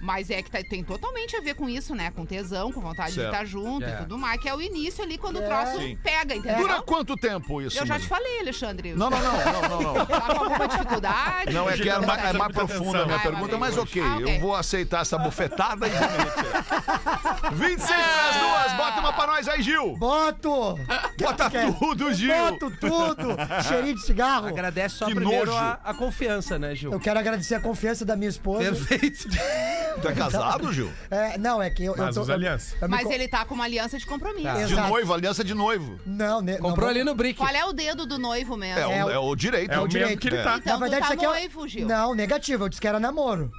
Mas é que tá- tem totalmente a ver com isso, né? Com tesão, com vontade
Certo.
de estar junto
É.
e tudo mais, que é o início ali quando o troço pega, entendeu?
Dura quanto tempo isso?
Eu já
Maria?
te falei, Alexandre.
É né? Não, não, não, não, não, não.
Tá com alguma dificuldade?
Não, é que é
Tá.
mais, é mais
Muita
profunda a
atenção. né?
minha
Ah,
pergunta,
vai,
mas
vai.
ok.
Ah, ok.
Eu vou aceitar essa bufetada e vou me retirar. 26 para as duas, bota uma pra nós aí, Gil.
Boto!
Bota
quer?
tudo, Gil.
Boto tudo! Cheirinho de cigarro.
Agradece só
Que
primeiro
nojo.
a, a confiança, né, Gil?
Eu quero agradecer a confiança da minha esposa.
Perfeito.
Tu é casado, Gil?
É, não, é que eu, eu
Mas
tô.
os
eu-
alianças.
eu me
Mas
co-
ele tá com uma aliança de compromisso.
Tá.
De
Exato.
noivo, aliança de noivo.
Não, né?
Comprou
não,
ali no Brick.
Qual é o dedo do noivo mesmo?
É, o,
É o-
é o direito.
É o mesmo
direito.
que ele
É.
tá.
Então
Na verdade,
tu
isso
tá
aqui é-
noivo, Gil.
Não, negativo, eu disse que era namoro.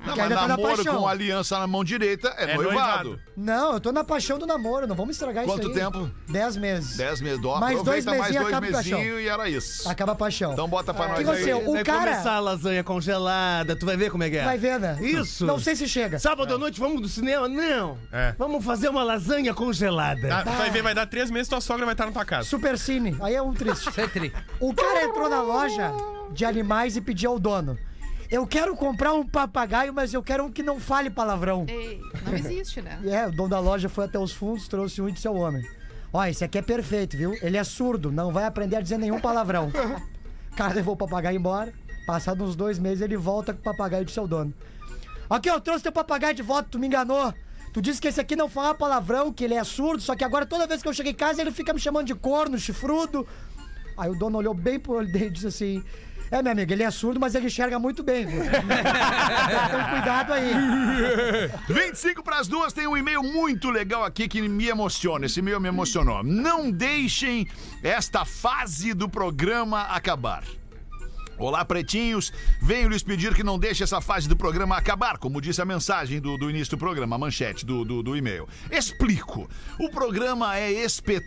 Não,
Que
mas
ainda tá na
namoro
paixão.
com aliança na mão direita é,
É
noivado.
noivado.
Não, eu tô na paixão do namoro, não vamos estragar
Quanto
isso aí.
tempo?
Dez meses.
Dez meses, ó,
Mais dois
aproveita mais
mesinhos,
dois
acaba o caixão.
mesinhos e era isso.
Acaba a paixão.
Então bota pra
Tá. que
nós aí.
você, o
vai
cara-
começar a lasanha congelada, tu vai ver como é que é.
Vai ver, né?
Isso.
Não sei se chega.
Sábado
É.
à noite vamos no cinema? Não.
É.
Vamos fazer uma lasanha congelada.
Ah, tu
Tá.
vai ver, vai dar três meses tua sogra vai estar na tua casa.
Supercine. Aí é um triste.
Sempre.
O cara entrou na loja de animais e pediu ao dono. Eu quero comprar um papagaio, mas eu quero um que não fale palavrão.
Ei, não existe, né?
É, o dono da loja foi até os fundos, trouxe um e disse ao homem. Ó, esse aqui é perfeito, viu? Ele é surdo, não vai aprender a dizer nenhum palavrão. O cara levou o papagaio embora. Passados uns dois meses, ele volta com o papagaio e disse ao dono. Aqui, eu trouxe teu papagaio de volta, tu me enganou. Tu disse que esse aqui não fala palavrão, que ele é surdo, só que agora toda vez que eu chego em casa, ele fica me chamando de corno, chifrudo. Aí o dono olhou bem pro olho dele e disse assim... É, meu amigo, ele é surdo, mas ele enxerga muito bem, viu? então cuidado aí.
25 para as duas, tem um e-mail muito legal aqui que me emociona. Esse e-mail me emocionou. Não deixem esta fase do programa acabar. Olá, pretinhos. Venho lhes pedir que não deixe essa fase do programa acabar, como disse a mensagem do, do início do programa, a manchete do, do, do e-mail. Explico. O programa é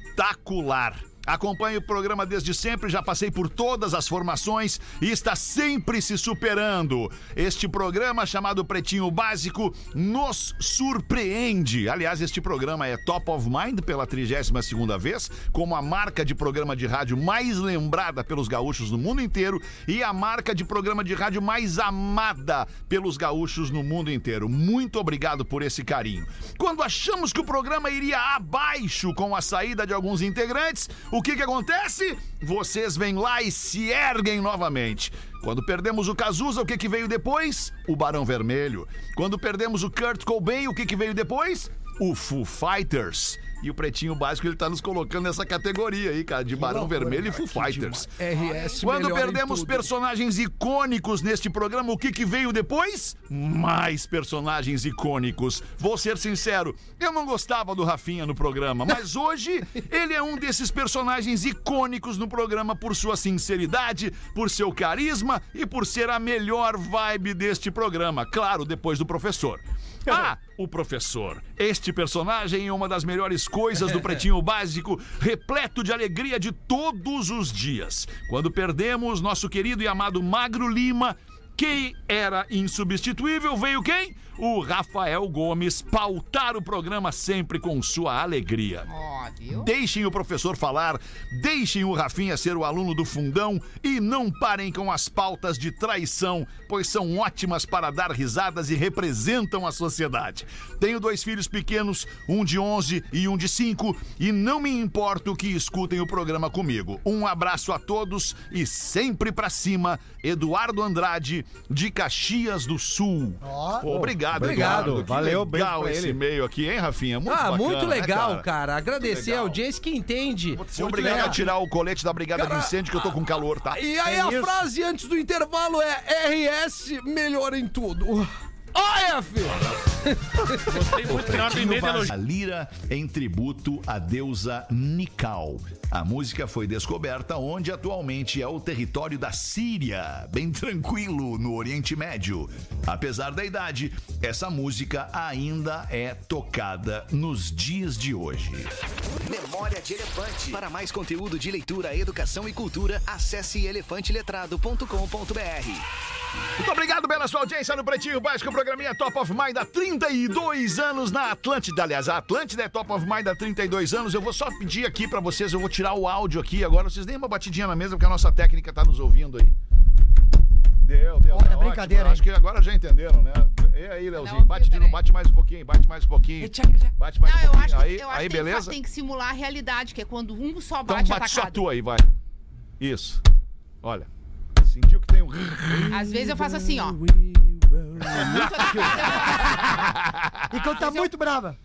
espetacular. Acompanho o programa desde sempre, já passei por todas as formações e está sempre se superando. Este programa, chamado Pretinho Básico, nos surpreende. Aliás, este programa é top of mind pela 32ª vez, como a marca de programa de rádio mais lembrada pelos gaúchos no mundo inteiro e a marca de programa de rádio mais amada pelos gaúchos no mundo inteiro. Muito obrigado por esse carinho. Quando achamos que o programa iria abaixo com a saída de alguns integrantes, o que que acontece? Vocês vêm lá e se erguem novamente. Quando perdemos o Cazuza, o que que veio depois? O Barão Vermelho. Quando perdemos o Kurt Cobain, o que que veio depois? O Foo Fighters. E o Pretinho Básico, ele tá nos colocando nessa categoria aí, cara, de Barão Vermelho e Foo Fighters.
RS
Quando
melhor em
perdemos
tudo.
personagens icônicos neste programa, o que, que veio depois? Mais personagens icônicos. Vou ser sincero, eu não gostava do Rafinha no programa, mas hoje ele é um desses personagens icônicos no programa por sua sinceridade, por seu carisma e por ser a melhor vibe deste programa. Claro, depois do professor. Ah, o professor. Este personagem é uma das melhores coisas do Pretinho Básico, repleto de alegria de todos os dias. Quando perdemos nosso querido e amado Magro Lima, quem era insubstituível veio quem? O Rafael Gomes pautar o programa sempre com sua alegria.
Ó, viu?
Deixem o professor falar, deixem o Rafinha ser o aluno do fundão e não parem com as pautas de traição, pois são ótimas para dar risadas e representam a sociedade. Tenho dois filhos pequenos, um de 11 e um de 5, e não me importo que escutem o programa comigo. Um abraço a todos e sempre pra cima, Eduardo Andrade, de Caxias do Sul. Pô, obrigado,
Obrigado,
Eduardo. Que
valeu, beijo
legal
pra
esse
ele.
e-mail aqui, hein, Rafinha? Muito
ah,
bacana,
muito
né,
legal,
cara?
cara. Agradecer
legal.
a audiência que entende.
Sou obrigado a tirar o colete da brigada
Cara,
de incêndio que eu tô com calor, tá?
E aí a frase antes do intervalo é RS melhor em tudo. Olha, filho!
Tem
Tipo,
muito final do e-mail de elogio.
A lira em tributo à deusa Nical. A música foi descoberta onde atualmente é o território da Síria, bem tranquilo no Oriente Médio. Apesar da idade, essa música ainda é tocada nos dias de hoje.
Memória de Elefante. Para mais conteúdo de leitura, educação e cultura, acesse elefanteletrado.com.br.
Muito obrigado pela sua audiência no Pretinho Básico, programinha Top of Mind há 32 anos na Atlântida. Aliás, a Atlântida é Top of Mind há 32 anos. Eu vou só pedir aqui pra vocês, eu vou tirar o áudio aqui agora. Vocês deem uma batidinha na mesa, porque a nossa técnica tá nos ouvindo aí. Deu, deu.
Olha,
tá ótimo.
brincadeira, hein?
Acho que agora já entenderam, né? E aí, Leozinho,
ouviu,
bate, de novo,
peraí.
bate mais um pouquinho, bate mais um pouquinho. Bate mais
Não,
um
eu acho
pouquinho.
que,
aí,
eu acho que tem,
aí
que fa-
beleza?
tem que simular a realidade, que é quando um só
Então
bate,
bate só
atacado.
tu aí, vai. Isso. Olha. Sentiu que tem um.
Às vezes eu faço assim, ó.
E quando tá muito brava.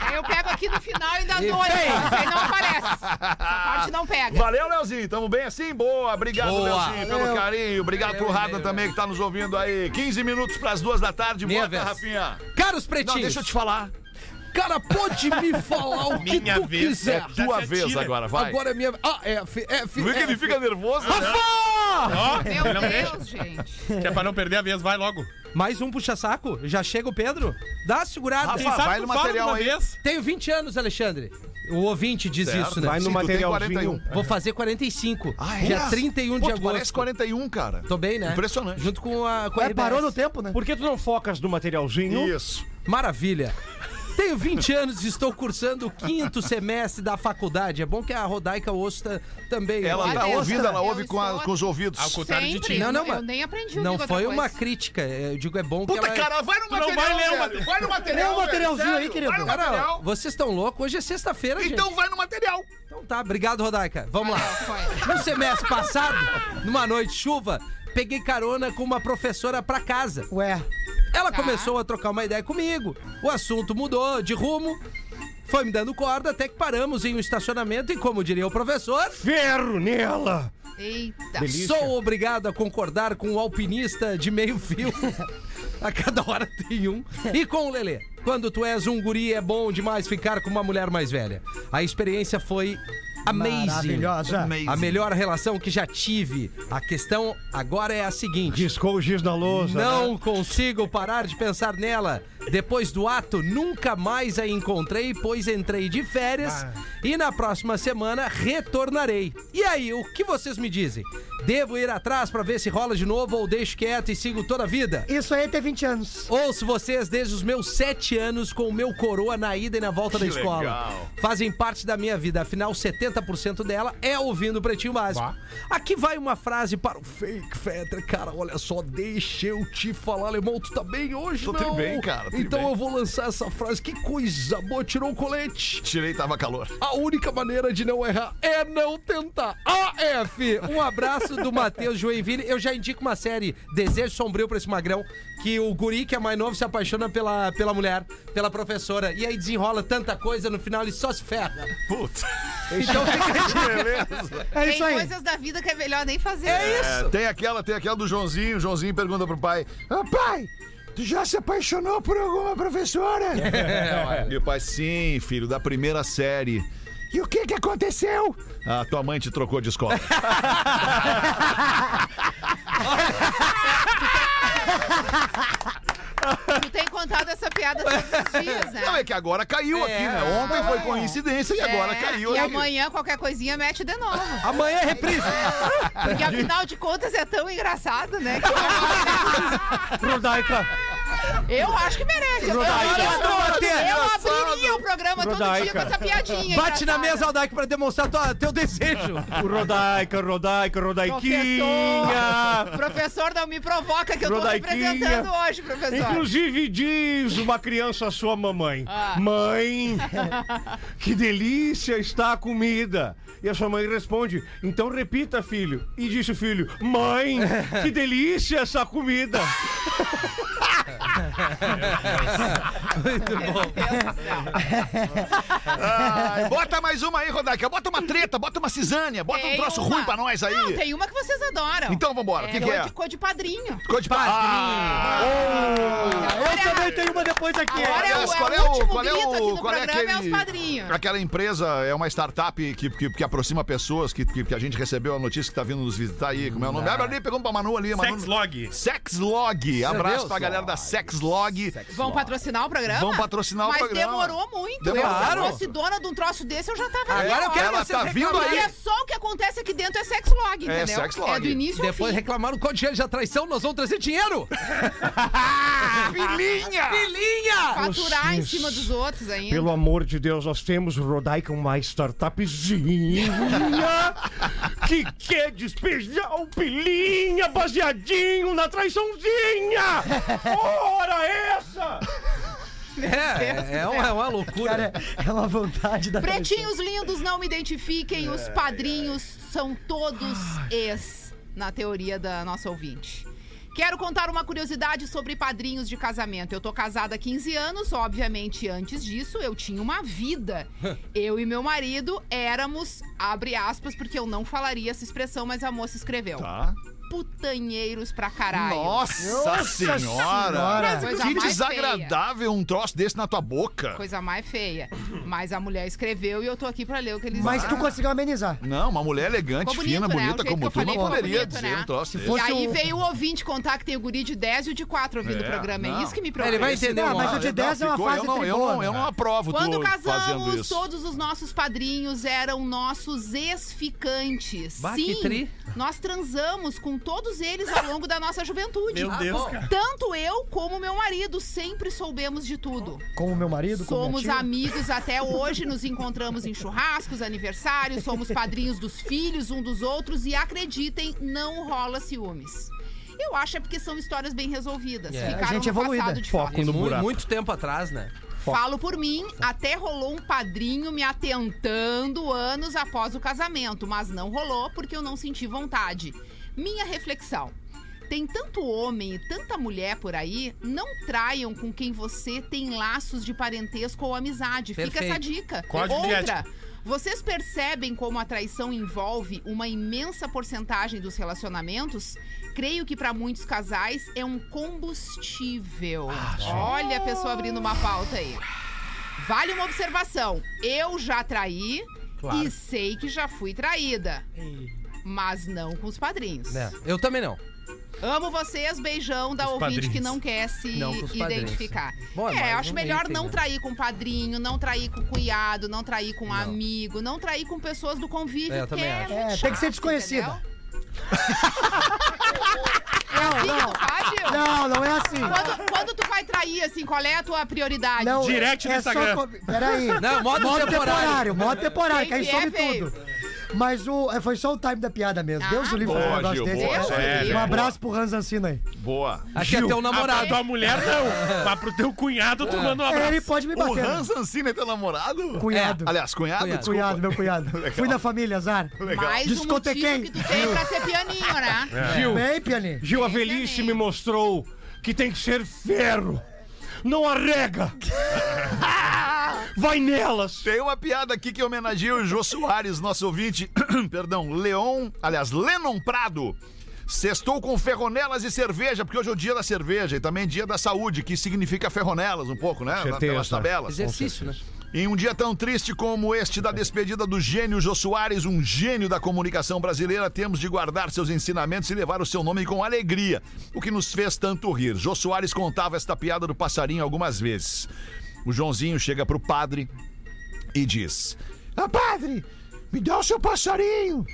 Aí eu pego aqui no final e ainda dou olho. Aí não aparece. Essa parte não pega.
Valeu, Leozinho. Tamo bem assim? Boa. Obrigado,
Boa.
Leozinho, pelo carinho. Obrigado pro Radan também, que tá nos ouvindo aí. 15 minutos pras duas da tarde. Bota,
Minha vez.
Rafinha.
Caros
Não,
pretinhos,
deixa eu te falar.
cara, pode me falar o que
Minha
tu
vez,
É
quiser.
Já
tua
se
vez
atira.
agora, vai.
Agora é minha. Ah, é, F, F,
Tu vê que ele
F.
fica nervoso? né?
Rafa!
Ó,
Meu
Ele não deixa.
Deus, gente.
Que é pra não perder a vez, vai logo.
Mais um puxa-saco? Já chega o Pedro? Dá uma segurada.
Rafa,
Quem
Tá,
sabe
vai
tu
no
fala
material
uma
aí.
vez. Tenho 20 anos, Alexandre. O ouvinte diz isso, né?
Vai no materialzinho.
Vou fazer 45.
Ah, é?
dia 31
Pô,
de
tu Parece
agosto.
41, cara.
Tô bem, né?
Impressionante.
Junto com a. Com a
É, parou no
RBS.
tempo, né?
Por que tu não focas no materialzinho?
Isso.
Maravilha. Tenho 20 anos e estou cursando o quinto semestre da faculdade. É bom que a Rodaica Osta também.
Ela
Olha,
tá
eu
ouvindo, ela
estou-
ouve com, a- com os ouvidos.
Ao contrário de
Sempre.
ti.
Não, não,
eu
mas-
nem aprendi o
Não
Digo
foi
Outra
uma
Coisa.
crítica. Eu digo, é bom que
Puta,
ela...
cara, vai no
não
material,
vai ler o
velho.
material.
Vai no material,
Lê o
velho,
um materialzinho
sério.
aí, querido.
Vai no
Cara,
material.
vocês estão loucos? Hoje é sexta-feira, gente.
Então vai no material.
Então tá, obrigado, Rodaica. Vamos lá.
Ah, foi.
No semestre passado, numa noite de chuva, peguei carona com uma professora pra casa.
Ué,
Ela
Tá.
começou a trocar uma ideia comigo. O assunto mudou de rumo. Foi me dando corda até que paramos em um estacionamento e, como diria o professor,
Ferro nela!
Eita.
sou obrigado a concordar com o alpinista de meio fio. a cada hora tem um. E com o Lelê. Quando tu és um guri, é bom demais ficar com uma mulher mais velha. A experiência foi amazing.
maravilhosa.
A melhor relação que já tive. A questão agora é a seguinte:
Riscou o giz na lousa. né?
não consigo parar de pensar nela. Depois do ato, nunca mais a encontrei, pois entrei de férias e na próxima semana retornarei. E aí, o que vocês me dizem? Devo ir atrás pra ver se rola de novo ou deixo quieto e sigo toda a vida?
Isso aí tem 20 anos.
Ouço vocês desde os meus sete anos com o meu coroa na ida e na volta da escola. Fazem parte da minha vida, afinal, 70% dela é ouvindo o Pretinho Básico. Aqui vai uma frase para o fake, Fetter. Cara, olha só, deixa eu te falar, alemão, tu tá bem hoje,
Tô
não?
bem, cara, tri
Então
bem.
eu vou lançar essa frase. Que coisa boa, tirou o colete.
Tirei, tava calor.
A única maneira de não errar é não tentar. AF! Um abraço do Matheus Joinville. Eu já indico uma série Desejo Sombrio pra esse magrão, que o guri, que é mais novo, se apaixona pela, pela mulher, pela professora. E aí desenrola tanta coisa, no final ele só se ferra.
Puta.
Então fica...
É
Tem
isso aí.
coisas da vida que é melhor nem fazer.
É
É,
isso!
tem aquela, tem aquela do Joãozinho. O Joãozinho pergunta pro pai: "Ah, pai, tu já se apaixonou por alguma professora? Meu pai, sim, filho, da primeira série. é. E o que que aconteceu? A tua mãe te trocou de escola.
Tu tem contado essa piada todos os dias, né?
Não, é que agora caiu aqui, né? Ontem foi coincidência e agora
É,
caiu
E
né?
aqui.
amanhã qualquer coisinha mete de novo.
Amanhã é reprise.
Porque afinal de contas é tão engraçado, né?
Rodaica,
é Eu acho que merece. Eu, eu,
Rodaica.
eu abriria o programa todo dia com
Rodaica.
essa piadinha.
Bate na
engraçada.
mesa, Aldaic, pra demonstrar tua- teu desejo.
Rodaica, Rodaica, Rodaiquinha.
Professor, professor, não me provoca que eu tô
Rodaiquinha.
representando hoje, professor.
Inclusive diz uma criança à sua mamãe:
Ah.
Mãe, que delícia está a comida. E a sua mãe responde: Então repita, filho. E disse o filho: Mãe, que delícia essa comida.
Ai, bota mais uma aí, Rodaica. Bota uma treta, bota uma cisânia, bota um
Tem
troço
uma.
ruim pra nós aí.
É, Não, tem uma que vocês adoram.
Então vambora, o que, que é?
de cor de padrinho.
Ficou de Ah, padrinho.
Agora é-
Ah, Eu também tenho uma depois aqui.
Agora é o,
Aliás,
é
qual é
o
o-
último
qual é
grito
o-
aqui no
qual é
programa é os
aquele-
padrinhos.
Aquela empresa é uma startup que, que, que aproxima pessoas, que, que, que a gente recebeu a notícia que tá vindo nos visitar aí. Como é o nome? Abre ali, pegou pra Manu ali. Manu...
Sexlog.
Sexlog. Abraço pra galera da Sexlog.
Vão patrocinar o programa?
Vão patrocinar o
Mas
programa.
demorou muito.
Demorou.
Eu, se fosse dona de um troço desse, eu já tava ali.
Agora eu quero
Ela
vocês
tá vindo
reclamarem.
E é só o que acontece aqui dentro é sex log,
É
entendeu?
sex log.
do início ao
Depois
fim.
reclamaram o código de traição, nós vamos trazer dinheiro.
Filhinha!
Filhinha!
Faturar em
Vocês.
cima dos outros ainda.
Pelo amor de Deus, nós temos Rodaica, uma startupzinha que quer despejar o pilinha baseadinho na traiçãozinha! Ora essa!
É, é uma, é uma loucura.
Cara, é uma vontade da
Pretinhos lindos, não me identifiquem.
É,
Os padrinhos são todos ex, na teoria da nossa ouvinte. Quero contar uma curiosidade sobre padrinhos de casamento. Eu tô casada há 15 anos, obviamente antes disso eu tinha uma vida. Eu e meu marido éramos, abre aspas, porque eu não falaria essa expressão, mas a moça escreveu.
Tá.
putanheiros pra caralho.
Nossa senhora!
Coisa
Que
mais feia.
desagradável um troço desse na tua boca.
Coisa mais feia. Mas a mulher escreveu e eu tô aqui pra ler o que eles
Mas tu
Ah.
conseguiu amenizar.
Não, uma mulher elegante,
Ficou bonito,
fina,
né? O
bonita
jeito que
como
eu
tu, não
falei, ficou
poderia
bonito,
dizer
né?
um troço desse.
E aí
um-
veio o ouvinte contar que tem o guri de 10 e o de 4 ouvindo
É,
o programa.
não.
É isso que me
É,
preocupa.
ele vai entender
Ah,
o
mas
áudio.
o de 10 é uma
Ficou- eu,
fase
não, eu, não, eu
tribona.
não aprovo
Quando
tu fazendo
casamos,
isso.
todos os nossos padrinhos eram nossos ex-ficantes.
Bah, que
Sim,
tri.
nós transamos com todos eles ao longo da nossa juventude.
Ah,
Meu Deus, cara.
Tanto eu como meu marido sempre soubemos de tudo.
Com o meu marido, com o meu
Somos
tio.
amigos até hoje, nos encontramos em churrascos, aniversários, somos padrinhos dos filhos um dos outros e acreditem, não rola ciúmes. Eu acho é porque são histórias bem resolvidas.
É.
Ficaram
A gente
no
evoluída.
passado de
Foco
fato.
E
no
mu-
buraco.
muito tempo atrás, né?
Falo por mim, até rolou um padrinho me atentando anos após o casamento, mas não rolou porque eu não senti vontade. Minha reflexão. Tem tanto homem e tanta mulher por aí, não traiam com quem você tem laços de parentesco ou amizade. Fica
Perfeito.
essa dica.
Código de
Outra, vocês percebem como a traição envolve uma imensa porcentagem dos relacionamentos? Creio que para muitos casais é um combustível.
Ah,
Olha a pessoa abrindo uma pauta aí. Vale uma observação. Eu já traí e sei que já fui traída. Mas não com os padrinhos.
Né?
É. Eu também não.
Amo vocês, beijão da
Os
ouvinte
padrinhos.
que não quer se
Não, com os padrinhos.
identificar.
Bom, é
é,
mais
eu acho
um
melhor
item,
não
né?
trair com padrinho, não trair com cunhado, não trair com amigo, não trair com pessoas do convívio.
É, eu
porque
também
é,
acho.
muito
É, tem que
chato,
ser desconhecida.
entendeu?
Não,
Sim,
não.
tu faz, Gil?
Não, não é assim.
Quando, quando tu vai trair, assim, qual é a tua prioridade?
Não, é
Direct no
só
Instagram.
co- Peraí.
Não, modo temporário.
Modo temporário, que aí
Quem
some
que é,
tudo. Mas o, é, foi só o time da piada mesmo.
Ah,
Deus o livre
boa,
fazer um negócio
Gil,
desse.
boa,
cara.
sério,
um
boa.
abraço pro Hans Ancina aí.
Boa.
Aqui é teu
Ah, pra
namorado.
tua mulher não, mas pro teu cunhado
É.
tu manda um abraço.
Ele pode me
O
bater. né?
Hans Ancina é teu namorado?
Cunhado.
Aliás, cunhado?
Cunhado.
desculpa.
Cunhado, meu cunhado. Fui na família, azar.
Mais um
Discotequei.
motivo que tu tem pra ser pianinho, né?
É.
Gil,
Bem, Pianinho.
Gil, a velhice me mostrou que tem que ser ferro. Não arrega. Vai nelas.
Tem uma piada aqui que homenageia o Jô Soares, nosso ouvinte. Perdão, Leon. Aliás, Lennon Prado. Sextou com ferronelas e cerveja, porque hoje é o dia da cerveja e também dia da saúde, que significa ferronelas um pouco, né?
Certeza.
Pelas tabelas.
Exercício, né?
Em um dia tão triste como este da despedida do gênio Jô Soares, um gênio da comunicação brasileira, temos de guardar seus ensinamentos e levar o seu nome com alegria, o que nos fez tanto rir. Jô Soares contava esta piada do passarinho algumas vezes. O Joãozinho chega pro padre e diz: Ah, padre, me dá o seu passarinho.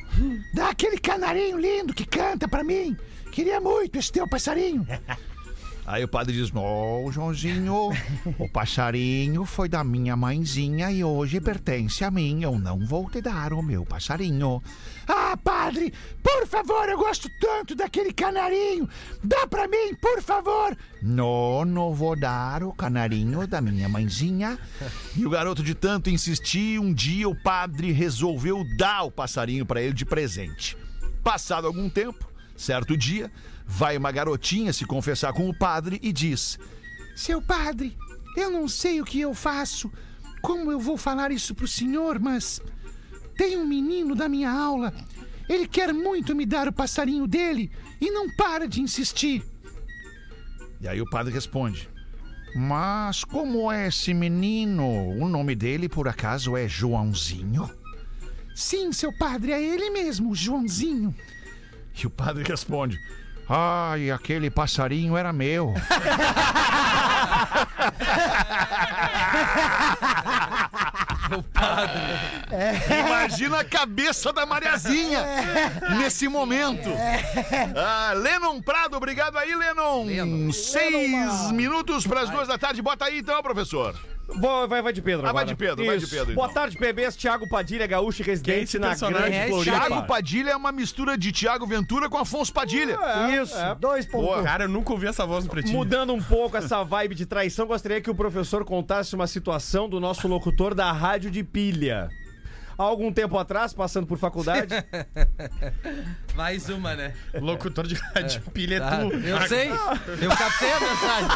Dá aquele canarinho lindo que canta pra mim. Queria muito esse teu passarinho. Aí o padre diz: Ô, Joãozinho, o passarinho foi da minha mãezinha e hoje pertence a mim. Eu não vou te dar o meu passarinho. Ah, padre, por favor, eu gosto tanto daquele canarinho. Dá pra mim, por favor. Não, não vou dar o canarinho da minha mãezinha. E o garoto, de tanto insistir, um dia o padre resolveu dar o passarinho pra ele de presente. Passado algum tempo, Certo dia, vai uma garotinha se confessar com o padre e diz: Seu padre, eu não sei o que eu faço, como eu vou falar isso pro senhor, mas tem um menino da minha aula. Ele quer muito me dar o passarinho dele e não para de insistir. E aí o padre responde: Mas como é esse menino? O nome dele por acaso é Joãozinho? Sim, seu padre, é ele mesmo, Joãozinho. E o padre responde: Ai, aquele passarinho era meu. Imagina a cabeça da Mariazinha nesse momento. Ah, Lennon Prado, obrigado aí, Lennon. Seis minutos para as duas da tarde. Bota aí então, professor.
Vai, vai, vai de Pedro
Ah,
agora.
vai de Pedro, vai de
Isso.
Pedro,
Boa
então.
tarde, bebês. Thiago Padilha, gaúcho e
Quem é
residente
esse
na
personagem?
Grande
Quem é esse
Floripa.
Tiago então. Padilha é uma mistura de Tiago Ventura com Afonso Padilha.
Isso,
É.
dois pontos.
Boa.
Cara, eu nunca ouvi essa voz no pretinho.
Mudando um pouco essa vibe de traição, gostaria que o professor contasse uma situação do nosso locutor da rádio de pilha.
há algum tempo atrás, passando por faculdade.
Mais uma, né?
Locutor de rádio pilha é
Tá?
tu.
Eu sei, eu captei a mensagem.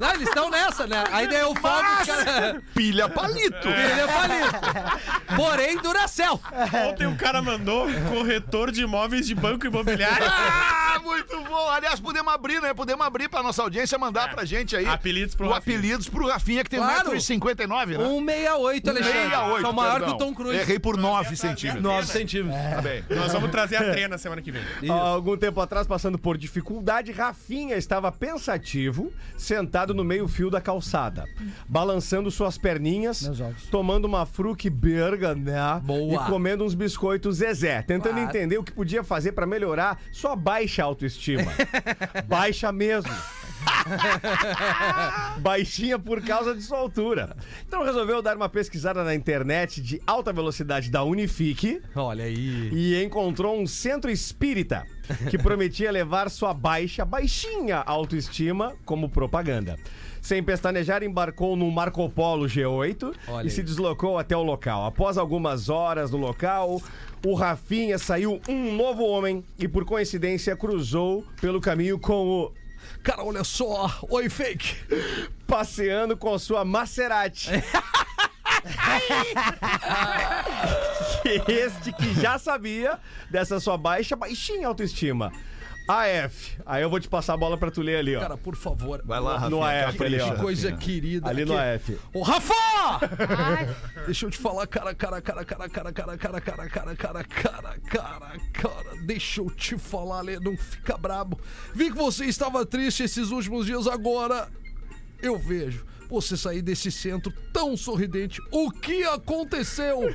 Não, eles estão nessa, né? Ainda eu falo os caras.
Pilha palito.
Ele é falido. Porém, Duracel.
É. Ontem o cara mandou corretor de imóveis de banco imobiliário.
Ah, muito bom. Aliás, podemos abrir, né? Podemos abrir pra nossa audiência, mandar pra gente aí.
Apelidos pro
o
Rafinha.
apelidos pro Rafinha, que tem
Claro.
1,59m, né?
168, Alexandre.
68,
São maior
perdão.
que o Tom Cruise.
Errei por 9 centímetros.
9 centímetros.
Tá bem.
Nós vamos trazer
É.
a trena semana que vem.
Isso.
Há algum tempo atrás, passando por dificuldade, Rafinha estava pensativo, sentado no meio-fio da calçada, balançando suas perninhas,
Meus olhos.
tomando uma fruque berga, né?
Boa.
E comendo uns biscoitos Zezé, tentando
Claro.
entender o que podia fazer para
Ah,
melhorar sua baixa autoestima. baixa mesmo. Baixinha por causa de sua altura. Então resolveu dar uma pesquisada na internet de alta velocidade da Unifique
Olha aí.
e encontrou um centro espírita que prometia levar sua baixa, baixinha autoestima como propaganda. Sem pestanejar, embarcou no Marco Polo G8
Olha
e se
aí.
deslocou até o local. Após algumas horas no local, o Rafinha saiu um novo homem e, por coincidência, cruzou pelo caminho com o.
Cara, olha só. Oi, fake.
Passeando com a sua Maserati. este que já sabia dessa sua baixa, baixinha autoestima. AF. Aí eu vou te passar a bola pra tu ler ali, ó.
Cara, por favor.
Vai lá, é, Rafinha.
no AF ali,
Que
ó.
coisa querida.
Ali no
Que-
AF.
Ô, Rafa!
é
Ai,
Deixa eu te falar, cara, cara, cara, cara, cara, cara, cara, cara, cara, cara, cara, cara, cara. Deixa eu te falar, Lê, não fica brabo. Vi que você estava triste esses últimos dias, agora eu vejo você sair desse centro tão sorridente. O que aconteceu?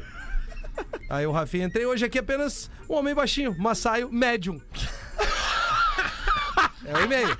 Aí o Rafinha, entrei hoje aqui apenas um homem baixinho, mas saio médium. É o e-mail.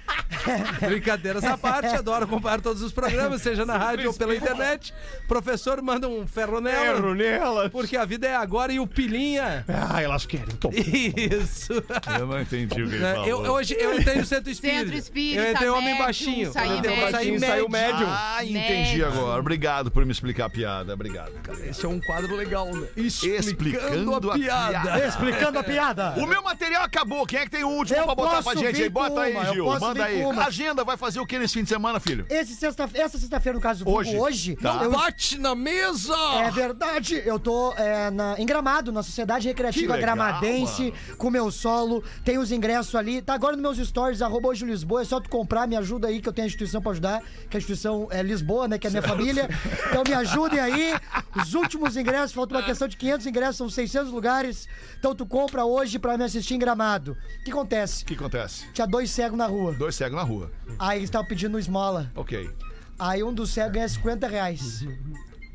Brincadeiras à parte, adoro acompanhar todos os programas, seja na rádio ou pela internet. Professor, manda um ferro nela.
Erro nela.
Porque a vida é agora e o pilinha.
Ah, elas querem. Tom.
Isso.
Eu não entendi o que ele
Né?
falou.
Eu, hoje eu entrei no centro espírita.
Centro espírita,
Eu entrei homem
médium,
baixinho.
saí
eu entrei
médium.
saí
Baixinho, saiu
médium.
médium.
Ah, entendi
Médio.
agora. Obrigado por me explicar a piada. Obrigado.
Esse é um quadro legal, né? Explicando,
Explicando
a
a
piada.
piada.
Explicando a piada.
O meu material acabou. Quem é que tem o último
Eu
pra botar
posso
pra gente
vir
aí? Bota
com
aí,
uma, eu
Gil.
posso
Manda
vir
aí.
com uma.
Agenda vai fazer o que nesse fim de semana, filho?
Esse sexta, essa sexta-feira, no caso do
Hoje.
Vulgo, hoje
Tá.
eu
Bate na mesa!
É verdade, eu tô é, na, em Gramado, na Sociedade Recreativa
Que legal,
Gramadense, com meu solo, tem os ingressos ali, tá agora nos meus stories, arroba hoje Lisboa, é só tu comprar, me ajuda aí, que eu tenho a instituição pra ajudar, que a instituição é Lisboa, né, que é minha família, então me ajudem aí, os últimos ingressos, falta uma questão de 500 ingressos, são 600 lugares, então tu compra hoje pra me assistir em Gramado. O que acontece?
O que acontece?
Tinha dois cegos na rua,
Dois cegos na rua.
aí eles estavam pedindo esmola.
Ok.
Aí um dos cegos ganha 50 reais.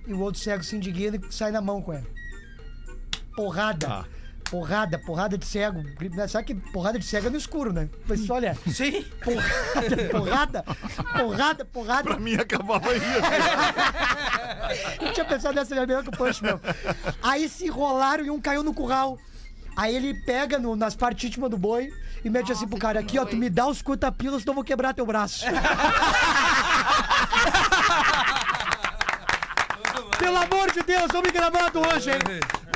E o outro cego se indigna e sai na mão com ela. Porrada.
Ah.
Porrada, porrada de cego. né? Sabe que porrada de cego é no escuro, né? Mas olha,
Sim.
porrada, porrada, porrada, porrada.
Pra mim acabava isso.
Eu tinha pensado nessa era melhor que o punch, meu. Aí se enrolaram e um caiu no curral. Aí ele pega no- nas partes íntimas do boi e mete assim pro cara: aqui, ó, tu me dá os 50 pilas, senão eu vou quebrar teu braço. Pelo amor de Deus, vamos gravando hoje, hein?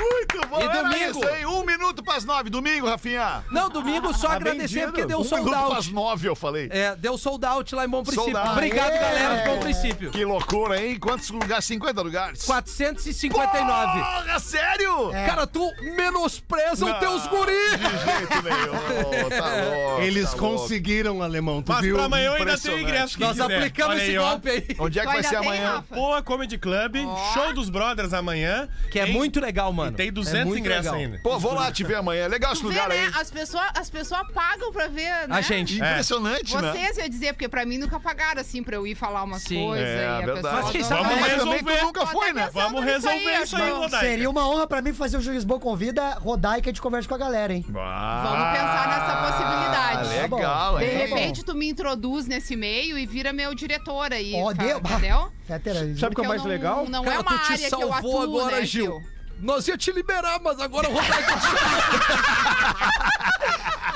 Muito bom.
E
era
domingo?
isso, hein? Um minuto pras nove. Domingo, Rafinha.
Não, domingo só agradecer porque deu
um
sold
minuto pras
out.
nove, eu falei.
É, deu sold out lá em Bom Princípio.
out.
Obrigado,
Aê!
galera de Bom Princípio.
Que loucura, hein? Quantos lugares? 50 lugares?
459.
Porra, sério?
Cara, tu menospreza os teus
De
guris.
jeito nenhum. Tá louco.
Eles
tá louco.
conseguiram, alemão. Tu
Mas
viu?
pra amanhã eu ainda tenho
Impressionante.
ingresso. quem
Nós
quiser.
aplicamos
Olha aí,
esse
ó.
golpe aí.
Onde é que
Tu
vai
ainda
ser
tem,
amanhã?
Rafa?
Boa Comedy Club, show dos brothers amanhã.
Que é
Tem-
muito legal, mano.
Tem 200
É muito
ingressos
legal.
ainda.
Pô, vou lá te ver amanhã. É legal esse
tu vê,
lugar aí.
né? As pessoas as pessoa pagam pra ver, né?
A gente.
É.
Impressionante, né?
Vocês, eu ia dizer, porque pra mim nunca pagaram, assim, pra eu ir falar umas
Sim.
coisas.
É,
e a
verdade.
pessoa
Mas quem
não-
sabe
Vamos
amanhã também
resolver.
tu nunca foi, né?
Pensando
Vamos
nisso aí,
resolver isso aí,
acho bom.
Rodaica.
Seria uma honra pra mim fazer o Gil Lisboa convida, rodar e que a gente converse com a galera, hein?
Vamos pensar nessa possibilidade.
Legal,
De
hein?
Tá bom.
repente, tu me introduz nesse meio e vira meu diretor aí.
Ó,
fa-
deu-
Entendeu?
Fétera,
Sabe o que é
eu
mais
não-
legal?
Não
Cara,
é uma
tu te
área que eu
salvou
atuo,
agora,
né,
Gil? Nós ia te liberar, mas agora eu vou dar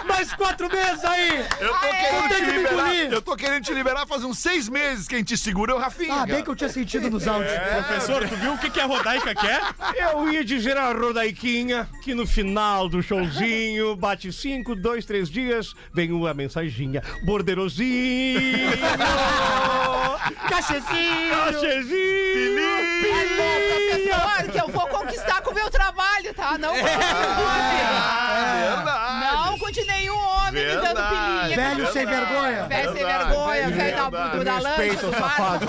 mais quatro meses aí!
Eu tô,
Eu
querendo
tenho
te
que me
liberar,
engolir.
eu tô querendo te liberar faz uns seis meses. Quem te segura é o Rafinha.
Ah,
cara.
bem que eu tinha sentido nos áudios.
É.
Professor, tu viu o que, que a Rodaica quer?
Eu ia dizer a Rodaiquinha que no final do showzinho bate cinco, dois, três dias, vem uma mensaginha. Borderozinho!
Cachecinho!
Cachezinho!
Professor, que eu vou conquistar com o meu trabalho, tá? Não conte
Ah, verdade.
Não conte nenhum homem me dando
Verdade.
pilinha.
Velho sem vergonha.
Velho sem
Verdade,
vergonha, velho da,
verdade.
do, da lancha, do bar.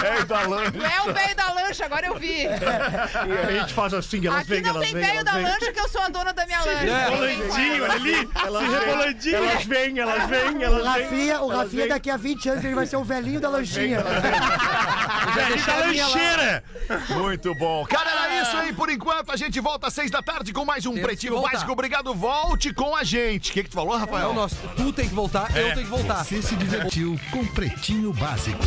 Velho da lancha.
Tu é o velho da lancha, agora eu vi.
E a gente faz assim, elas
Aqui
vêm,
não
elas
tem
vêm.
velho
Elas
da
vêm.
lancha que eu sou a dona da minha lancha.
Rolandinho, olha ali. Se rebolandinho.
Elas vêm, elas vêm, elas
O
vêm.
Rafinha, o
Elas
Rafinha
vêm.
daqui a 20 anos ele vai ser o velhinho da lanchinha.
Velho da lancheira.
Muito bom. Cara, era isso aí por enquanto. A gente volta às seis da tarde com mais um
É. que
Pretinho
voltar.
Básico. Obrigado. Volte com a gente. O que, que tu falou, Rafael?
Não, nós, É tu tem que voltar, eu tenho que voltar.
Você se divertiu com Pretinho Básico.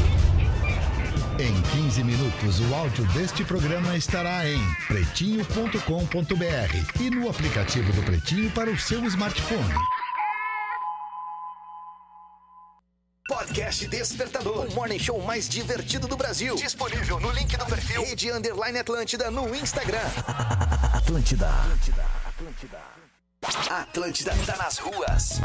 Em 15 minutos, o áudio deste programa estará em pretinho.com.br e no aplicativo do Pretinho para o seu smartphone.
Podcast Despertador, o morning show mais divertido do Brasil. Disponível no link do perfil Rede Underline Atlântida no Instagram. Atlântida. Atlântida. Atlântida. Atlântida tá nas ruas.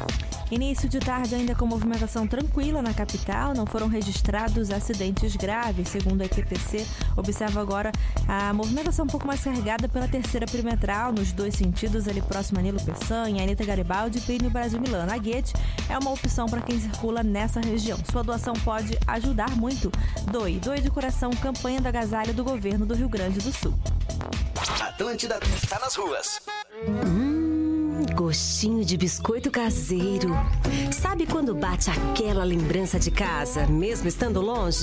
Início de tarde ainda com movimentação tranquila na capital, não foram registrados acidentes graves, segundo a EQTC. Observa agora a movimentação um pouco mais carregada pela terceira perimetral, nos dois sentidos, ali próximo a Nilo Peçanha, Anitta Garibaldi e Plínio Brasil Milano. A Guete é uma opção para quem circula nessa região. Sua doação pode ajudar muito. Doe, doe de coração, campanha do agasalho do governo do Rio Grande do Sul.
Atlântida tá nas ruas.
Gostinho de biscoito caseiro. Sabe quando bate aquela lembrança de casa, mesmo estando longe?